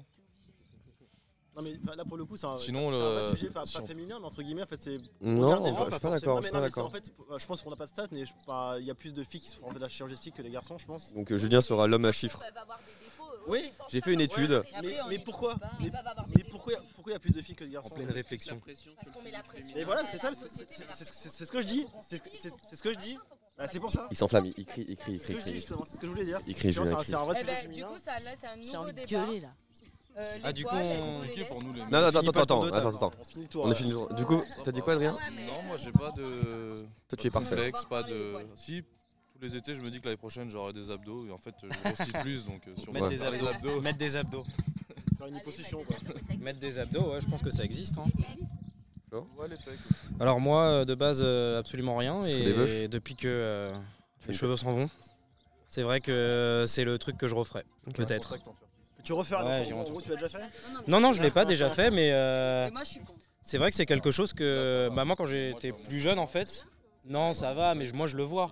Non mais enfin, là pour le coup c'est un,
Sinon,
c'est un vrai
le-
sujet pas,
si
pas
on-
féminin mais entre guillemets en fait c'est.
Non,
Regardez,
je-
non,
je
pas
suis pas
forcément.
d'accord, je
Mais
suis
non,
pas
mais c'est-
d'accord.
En fait pour- je pense qu'on n'a pas de stats mais je- pas- il y a plus de filles qui se font enlever la chirurgie esthétique que des garçons je pense.
Donc euh, Julien sera l'homme à chiffres.
Oui.
J'ai fait une étude.
Mais, mais pourquoi Mais, mais pourquoi pourquoi il y a plus de filles que de garçons En
pleine réflexion.
Parce qu'on met la pression. Mais voilà, c'est ça, c'est- c'est- c'est- c'est c'est- c'est ce que je dis. C'est ce que- c'est- c'est ce que je dis. Bah, c'est pour ça.
Il s'enflamme, il il crie, il crie, il
C'est ce
crie.
que je dis
il
justement, c'est ce que je voulais dire.
Il crie,
Tu vois,
Julien,
c'est un-
il
C'est un vrai
Eh
sujet
ben, du
féminin.
coup, ça, là, c'est un nouveau
envie de
débat.
gueuler, là.
Euh,
Ah,
les
du
poils,
coup,
est-ce
on-
qu'on les
ok,
laisse
pour nous, les
Non,
mecs.
non,
On
attends,
finit pas
attends,
le tour
attends,
de table.
attends, attends.
On hein. finit le tour,
On est
alors.
fini. Du coup, t'as dit quoi, Adrien
Non, moi j'ai pas de.
Toi, tu es
pas de
parfait.
complexe, pas de. Si, tous les étés, je me dis que l'année prochaine, j'aurai des abdos. Et en fait, je grossis plus. Donc, euh, si on
Mettre
peut
des
faire les
abdos.
abdos.
Mettre des abdos.
Faire une position quoi.
Mettre des abdos, ouais, je pense que ça existe. hein.
Ouais, les pecs.
Alors moi, euh, de base, euh, absolument rien.
Sous les bœufs
Et depuis que euh, Les cheveux s'en vont. C'est vrai que euh, c'est le truc que je referais, peut-être.
Que tu refais
Ouais,
ouais,
j'irai en
en gros, tu l'as déjà fait
Non, non, je l'ai pas déjà fait, mais. euh,
Mais moi, je suis contre.
C'est vrai que c'est quelque chose que. Maman, quand j'étais plus jeune, en fait. Non, ça va, mais je- moi, je le vois.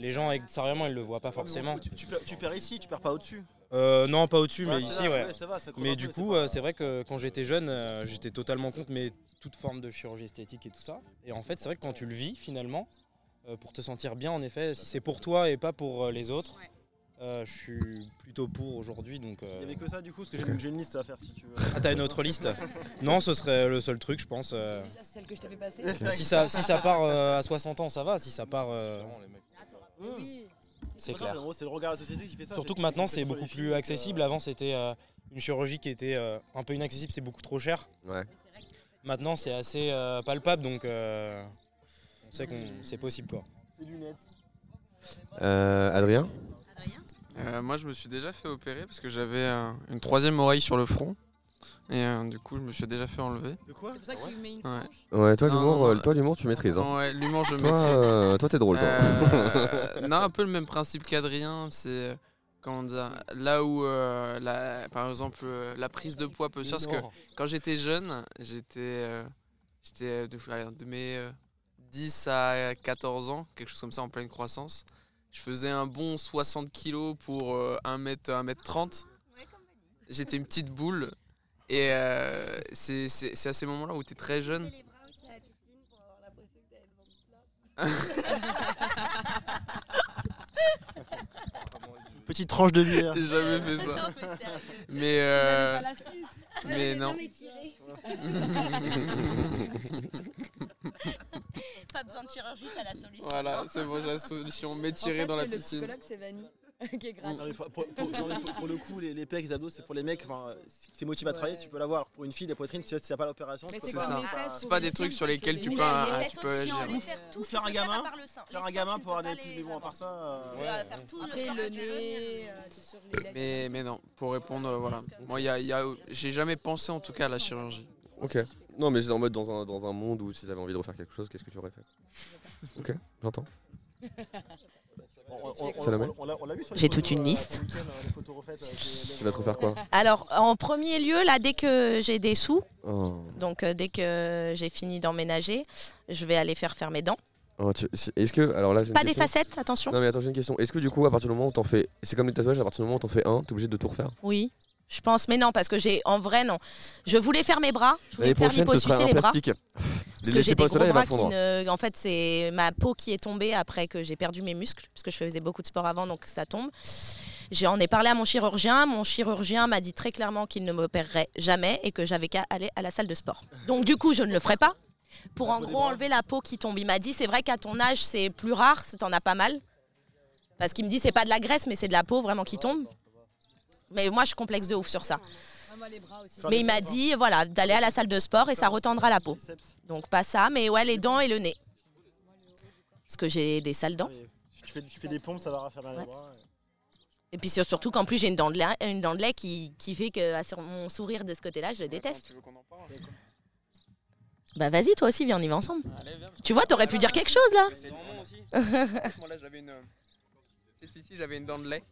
Les gens extérieurement, ils le voient pas forcément.
Tu, tu perds- tu perds ici, tu perds pas au-dessus.
Euh, non, pas au-dessus,
Ouais,
mais
ça
ici,
va,
ouais.
ouais, ça va, ça couvre un
mais du
peu,
coup, euh, c'est vrai que quand j'étais jeune, euh, j'étais totalement contre mais toute forme de chirurgie esthétique et tout ça. Et en fait, c'est vrai que quand tu le vis, finalement, euh, pour te sentir bien, en effet, si c'est pour toi et pas pour euh, les autres, euh, je suis plutôt pour aujourd'hui. Donc, euh,
Il y avait que ça, du coup, parce que j'ai une- j'ai une liste à faire si tu veux.
ah, t'as une autre liste Non, ce serait le seul truc, je pense. euh,
Ça, c'est celle que je t'avais passée
si, ça, si ça part euh, à 60 ans, ça va. Si ça part. euh,
Oui.
C'est
pour ça,
clair.
En gros, c'est le regard de la société qui fait ça.
Surtout que
qui-
maintenant
qui fait
c'est
sur les
beaucoup
filles,
plus
euh,
accessible. Avant c'était euh, une chirurgie qui était euh, un peu inaccessible, c'est beaucoup trop cher.
Ouais.
Maintenant c'est assez euh, palpable donc euh, on sait qu'on c'est possible quoi.
C'est lunettes.
Euh, Adrien
Euh, moi, je me suis déjà fait opérer parce que j'avais euh, une troisième oreille sur le front. Et euh, du coup, je me suis déjà fait enlever.
De quoi
C'est pour ça
qu'il
met une
Ouais, toi, l'humour, euh, toi, l'humour, tu maîtrises. hein.
bah, Ouais, l'humour, je
toi,
maîtrise.
euh, toi, t'es drôle, toi.
Euh, non, un peu le même principe qu'Adrien. C'est euh, comment dire là où euh, la, par exemple euh, la prise de poids peut se faire. Parce que
Non.
quand j'étais jeune, j'étais euh, j'étais de, allez, de mes euh, 10 à 14 ans, quelque chose comme ça, en pleine croissance. Je faisais un bon 60 kilos pour euh, 1 mètre 1 mètre 30. J'étais une petite boule. Et euh, c'est c'est- c'est à ces moments-là où tu es très jeune.
euh,
Petite tranche de bière.
J'ai jamais fait ça.
Non, mais sérieux.
Mais euh,
Vous n'avez pas l'astuce. Moi,
mais
j'avais
non.
bien étiré.
Pas besoin de chirurgie, t'as la solution.
Voilà, c'est bon, j'ai la solution.
En
M'étirer
fait,
dans la
c'est le
piscine.
psychologue,
c'est Vanny qui est
Non, mais pour, pour- pour- non, mais pour- pour le coup, les, les pecs, les abdos, c'est pour les mecs. Enfin, euh, si t'es motivé à travailler, tu peux l'avoir. Pour une fille, la poitrine, tu sais, si t'as pas l'opération, tu peux
C'est
pas-
ça.
pas-
C'est pas des trucs sur lesquels tu peux, hein, tu peux agir.
Ou faire un gamin, faire un gamin pour avoir des petits bébons à part ça. euh,
Ouais, faire tout
Après,
le
le
travail.
nez, euh, sur les lèvres.
Mais, mais non, pour répondre, euh, voilà. Moi, il y a- il y a- j'ai jamais pensé en tout cas à la chirurgie.
Ok. Non, mais c'est en mode dans un, dans un monde où si t'avais envie de refaire quelque chose, qu'est-ce que tu aurais fait Ok, j'entends.
on- on- on-
Salomé
on l'a- on l'a vu sur les
J'ai
photos,
toute une
euh,
liste.
le week-end, euh, les photos refaites avec les- les-
Tu vas te refaire quoi
Alors, en premier lieu, là, dès que j'ai des sous,
Oh.
donc euh, dès que j'ai fini d'emménager, je vais aller faire faire mes dents.
Oh, tu- si- Est-ce que. Alors là, j'ai une
Pas des
question.
facettes, attention.
Non, mais attends, j'ai une question. Est-ce que du coup, à partir du moment où t'en fais. C'est comme les tatouages, à partir du moment où t'en fais un, t'es obligé de tout refaire
Oui, je pense, mais non, parce que j'ai, en vrai, non. Je voulais faire mes bras, je voulais
L'année
faire
prochaine, ce
liposucer
sera un
les bras.
plastique.
Parce que
Les
j'ai
laissez
des
pas au
gros
soleil, elle va
bras qui
fondre.
ne... En fait, c'est ma peau qui est tombée après que j'ai perdu mes muscles, parce que je faisais beaucoup de sport avant, donc ça tombe. J'en ai parlé à mon chirurgien. Mon chirurgien m'a dit très clairement qu'il ne m'opérerait jamais et que j'avais qu'à aller à la salle de sport. Donc du coup, je ne le ferai pas.
Bah,
Pour en gros enlever la peau qui tombe. Il m'a dit, c'est vrai qu'à ton âge, c'est plus rare, c'est- t'en as pas mal. Parce qu'il me dit, c'est pas de la graisse, mais c'est de la peau vraiment qui tombe. Mais moi, je suis complexe de ouf sur ça.
Ah,
Mais il m'a dit, voilà, d'aller à la salle de sport et ça retendra la peau. Donc pas ça, mais ouais, les dents et le nez. Parce que j'ai des sales dents.
Si tu fais, tu fais des pompes, ça va raffermir les bras.
Et puis sur- surtout qu'en plus, j'ai une dent de lait, une dent de lait qui, qui fait que ah, sur mon sourire de ce côté-là, je le déteste. Bah vas-y, toi aussi, viens, on y va ensemble. Tu vois, t'aurais pu dire quelque chose là.
Franchement, là, j'avais une. euh, juste Ici, j'avais une dent de lait.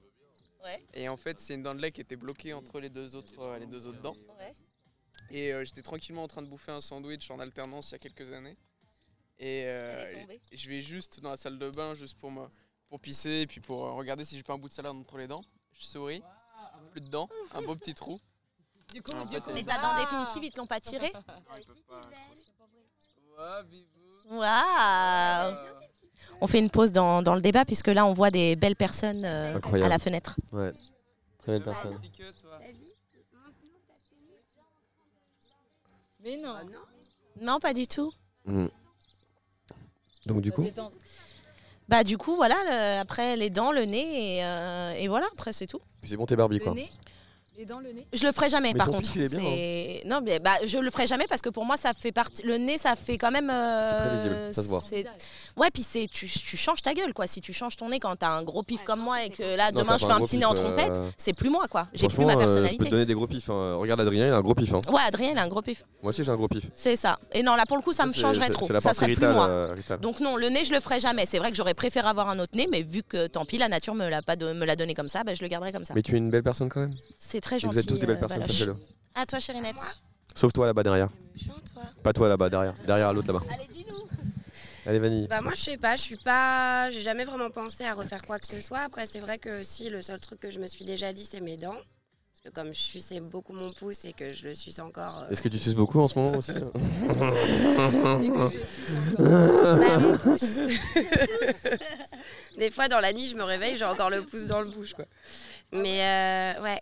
Et en fait, c'est une dent de lait qui était bloquée entre les deux autres, euh, les deux autres dents. Et euh, j'étais tranquillement en train de bouffer un sandwich en alternance il y a quelques années. Et euh,
Elle est tombée.
je vais juste dans la salle de bain, juste pour, me, pour pisser et puis pour euh, regarder si j'ai pas un bout de salade entre les dents. Je souris, plus de dents, un beau petit trou.
Du coup,
Un
du
beau
coup.
petit
Mais
trou.
ta dent définitive, ils te l'ont pas tirée
Ouais, bim.
Waouh On fait une pause dans, dans le débat puisque là, on voit des belles personnes euh,
Incroyable.
à la fenêtre.
Ouais. Très belle personne.
Mais non.
Non, pas du tout.
Hmm. Donc, du coup.
Bah du coup, voilà, le- après les dents, le nez et, euh, et voilà, après c'est tout.
C'est bon, t'es Barbie, quoi.
Les dents, le nez
Je le ferai jamais
Mais
par
ton
contre.
pif, il est bien,
hein.
C'est- Non mais bah je le ferai jamais parce que pour moi ça fait partie le nez ça fait quand même euh,
C'est très visible, ça se voit.
c'est- Ouais puis c'est tu, tu changes ta gueule quoi si tu changes ton nez quand t'as un gros pif comme moi et que là
Non,
demain
t'as
je fais
pas un
un
gros
petit
pif,
nez en
euh,
trompette, c'est plus moi quoi. J'ai plus ma
Franchement, euh, je peux te
personnalité.
donner des gros pifs. hein. Regarde Adrien, il a un gros pif. hein.
Ouais Adrien il a un gros pif.
Moi aussi, j'ai un gros pif.
C'est ça. Et non, là pour le coup, ça,
Ça,
me
c'est-
changerait
c'est-
trop.
c'est la
ça
partie
serait
Rital,
plus moi.
euh, Rital.
Donc non, le nez, je le ferai jamais. C'est vrai que j'aurais préféré avoir un autre nez, mais vu que tant pis, la nature me l'a pas don- me l'a donné comme ça, bah, je le garderai comme ça.
Mais tu es une belle personne quand même.
C'est très
Et
gentil.
Vous êtes tous des belles
euh,
personnes,
Baloche.
sachez-le.
À toi, chérinette.
Sauf toi là-bas derrière. Pas toi là-bas derrière. Derrière à l'autre là-bas.
Allez, dis-nous.
Allez, Vanille.
Bah moi je sais pas, je suis pas, j'ai jamais vraiment pensé à refaire quoi que ce soit. Après c'est vrai que si le seul truc que je me suis déjà dit c'est mes dents, parce que comme je suçais beaucoup mon pouce et que je le suce encore. euh,
Est-ce que tu suces beaucoup en ce moment aussi
bah, mon pouce. Des fois dans la nuit je me réveille j'ai encore le pouce dans le bouche quoi. Mais euh, ouais.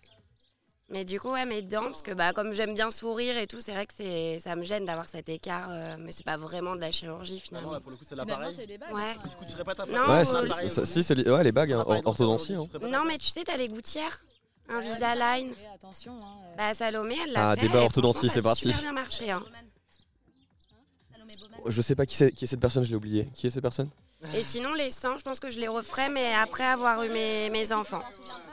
Mais du coup ouais mes dents parce que bah comme j'aime bien sourire et tout c'est vrai que c'est ça me gêne d'avoir cet écart euh, mais c'est pas vraiment de la chirurgie finalement.
là, Ah pour le coup, c'est l'appareil.
c'est les bagues. Ouais.
Du coup, tu répètes après.
Non,
Ouais,
euh,
si, ça- si, c'est les- ouais, les bagues, hein, or- orthodontie. hein.
Non, mais Ah, tu sais, t'as les gouttières, Invisalign.
Attention.
Bah, Salomé, elle l'a
Ah,
fait.
débat
et
orthodontie,
franchement, ça
c'est
a
parti.
super bien marché. hein.
Je sais pas qui c'est qui est cette personne, je l'ai oublié. Qui est cette personne
Et sinon, les seins, je pense que je les referai, mais après avoir eu mes, mes enfants.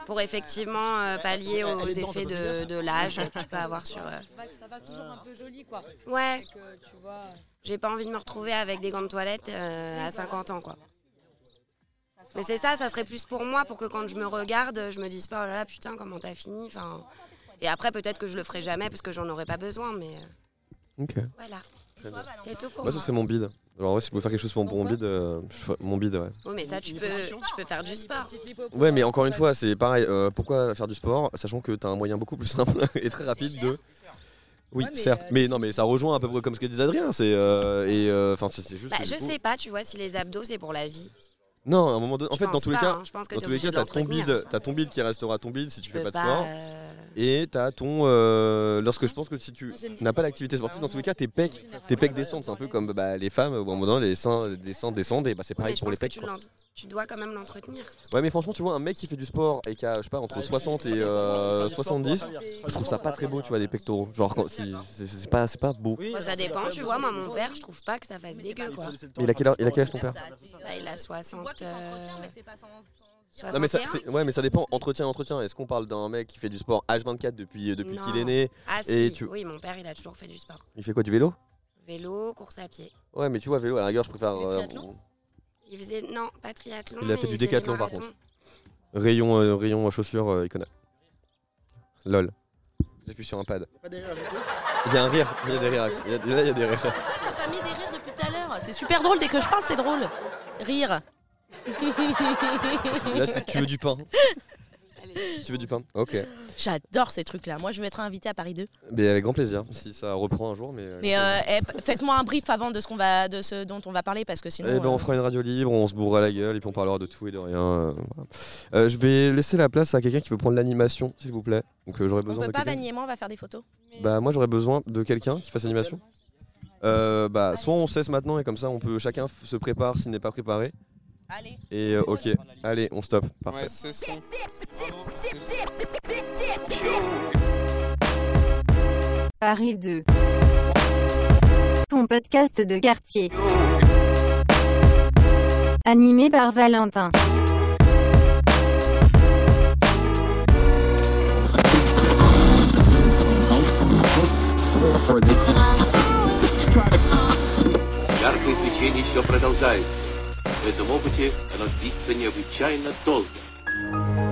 Pour effectivement euh, pallier aux effets de, de l'âge que tu peux avoir sur. euh,
Ça passe toujours un peu joli, quoi.
Ouais.
C'est que, euh, tu vois,
J'ai pas envie de me retrouver avec des gants de toilette euh, à 50 ans, quoi. Mais c'est ça, ça serait plus pour moi, pour que quand je me regarde, je me dise pas, oh là là, putain, comment t'as fini enfin, Et après, peut-être que je le ferai jamais, parce que j'en aurais pas besoin, mais euh,
Ok.
voilà.
Très bien.
C'est tout pour
Moi, ce
moi.
serait mon bide. Alors, ouais, si je pouvais faire quelque chose pour pour mon bide, euh, je ferais mon bide, ouais.
Oui, mais ça, tu peux, tu peux faire du sport.
Ouais, mais encore une fois, c'est pareil. euh, pourquoi faire du sport Sachant que t'as un moyen beaucoup plus simple et très rapide de. Oui,
Ouais, mais,
certes.
euh,
Mais non, mais ça rejoint à peu près comme ce que disait Adrien. C'est. euh, et. euh, Enfin, c'est- c'est juste.
Bah,
que du
je
coup- Ah,
sais pas, tu vois, si les abdos, c'est pour la vie.
Non, à un moment donné. En
Je
fait, dans
pense
tous les
pas,
cas,
hein. Je pense que
dans
t'es
tous les
obligé
cas, t'as ton
d'entretenir.
bide, t'as ton bide qui restera ton bide si tu fais pas
peux
de
pas, euh, Ah.
sport.
euh,
Et t'as ton. euh, lorsque je pense que si tu n'as pas d'activité sportive, dans tous les cas, tes pecs, tes pecs descendent. C'est un peu comme bah, les femmes, au bout d'un moment donné, les seins descendent, descendent, et bah, c'est
Ouais,
pareil
mais je
pour les
pense
pecs.
que tu,
quoi.
l'en- tu dois quand même l'entretenir.
Ouais, mais franchement, tu vois, un mec qui fait du sport et qui a, je sais pas, entre 60 et euh, 70, je trouve ça pas très beau, tu vois, des pectoraux. Genre, quand- si- c'est c'est pas, c'est pas beau.
bah,
Bon, Bah, ça dépend, tu vois, moi, mon père, je trouve pas que ça fasse dégueu, quoi.
Mais il a quel, âge- il a quel âge ton père
Bah, il a 60... euh, Bah,
Non, mais ça,
61.
c'est- ouais, mais ça dépend, entretien, entretien. Est-ce qu'on parle d'un mec qui fait du sport H24 depuis, euh, depuis
Non.
qu'il est né
Ah
et
si,
tu...
oui, mon père, il a toujours fait du sport.
Il fait quoi, du vélo
Vélo, course à pied.
Ouais, mais tu vois, vélo, à la rigueur, je préfère. euh,
Il faisait... Non, pas triathlon,
il a
mais
fait du
faisait des
décathlon par
marathons.
contre. Rayon, euh, rayon chaussures, euh, il connaît. Lol. J'appuie sur un pad. Il y a un rire, il y a des rires. Il y a- Là, il y a des rires.
T'as pas mis des rires depuis tout à l'heure. C'est super drôle dès que je parle, c'est drôle. Rire.
Là, c'est- tu veux du pain Tu veux du pain Ok.
J'adore ces trucs-là. Moi, je vais être invité à Paris 2.
Mais avec grand plaisir, si ça reprend un jour. Mais, euh,
Mais euh, eh, p- faites-moi un brief avant de ce qu'on va, de ce dont on va parler, parce que sinon.
Eh ben, on
euh,
fera une radio libre, on se bourrera la gueule et puis on parlera de tout et de rien. euh, voilà. Euh, je vais laisser la place à quelqu'un qui veut prendre l'animation, s'il vous plaît. Donc euh, j'aurais
on
besoin
peut
de
pas
quelqu'un-
vaniller moi, on va faire des photos.
Bah moi j'aurais besoin de quelqu'un qui fasse l'animation. Euh, bah soit on cesse maintenant et comme ça on peut chacun f- se prépare s'il n'est pas préparé.
Allez.
Et euh, ok, allez on stoppe. Parfait.
Ouais, c'est son. C'est son.
Paris 2. Ton podcast de quartier. Animé par Valentin.
Яркое свечение еще продолжается. В этом опыте оно длится необычайно долго.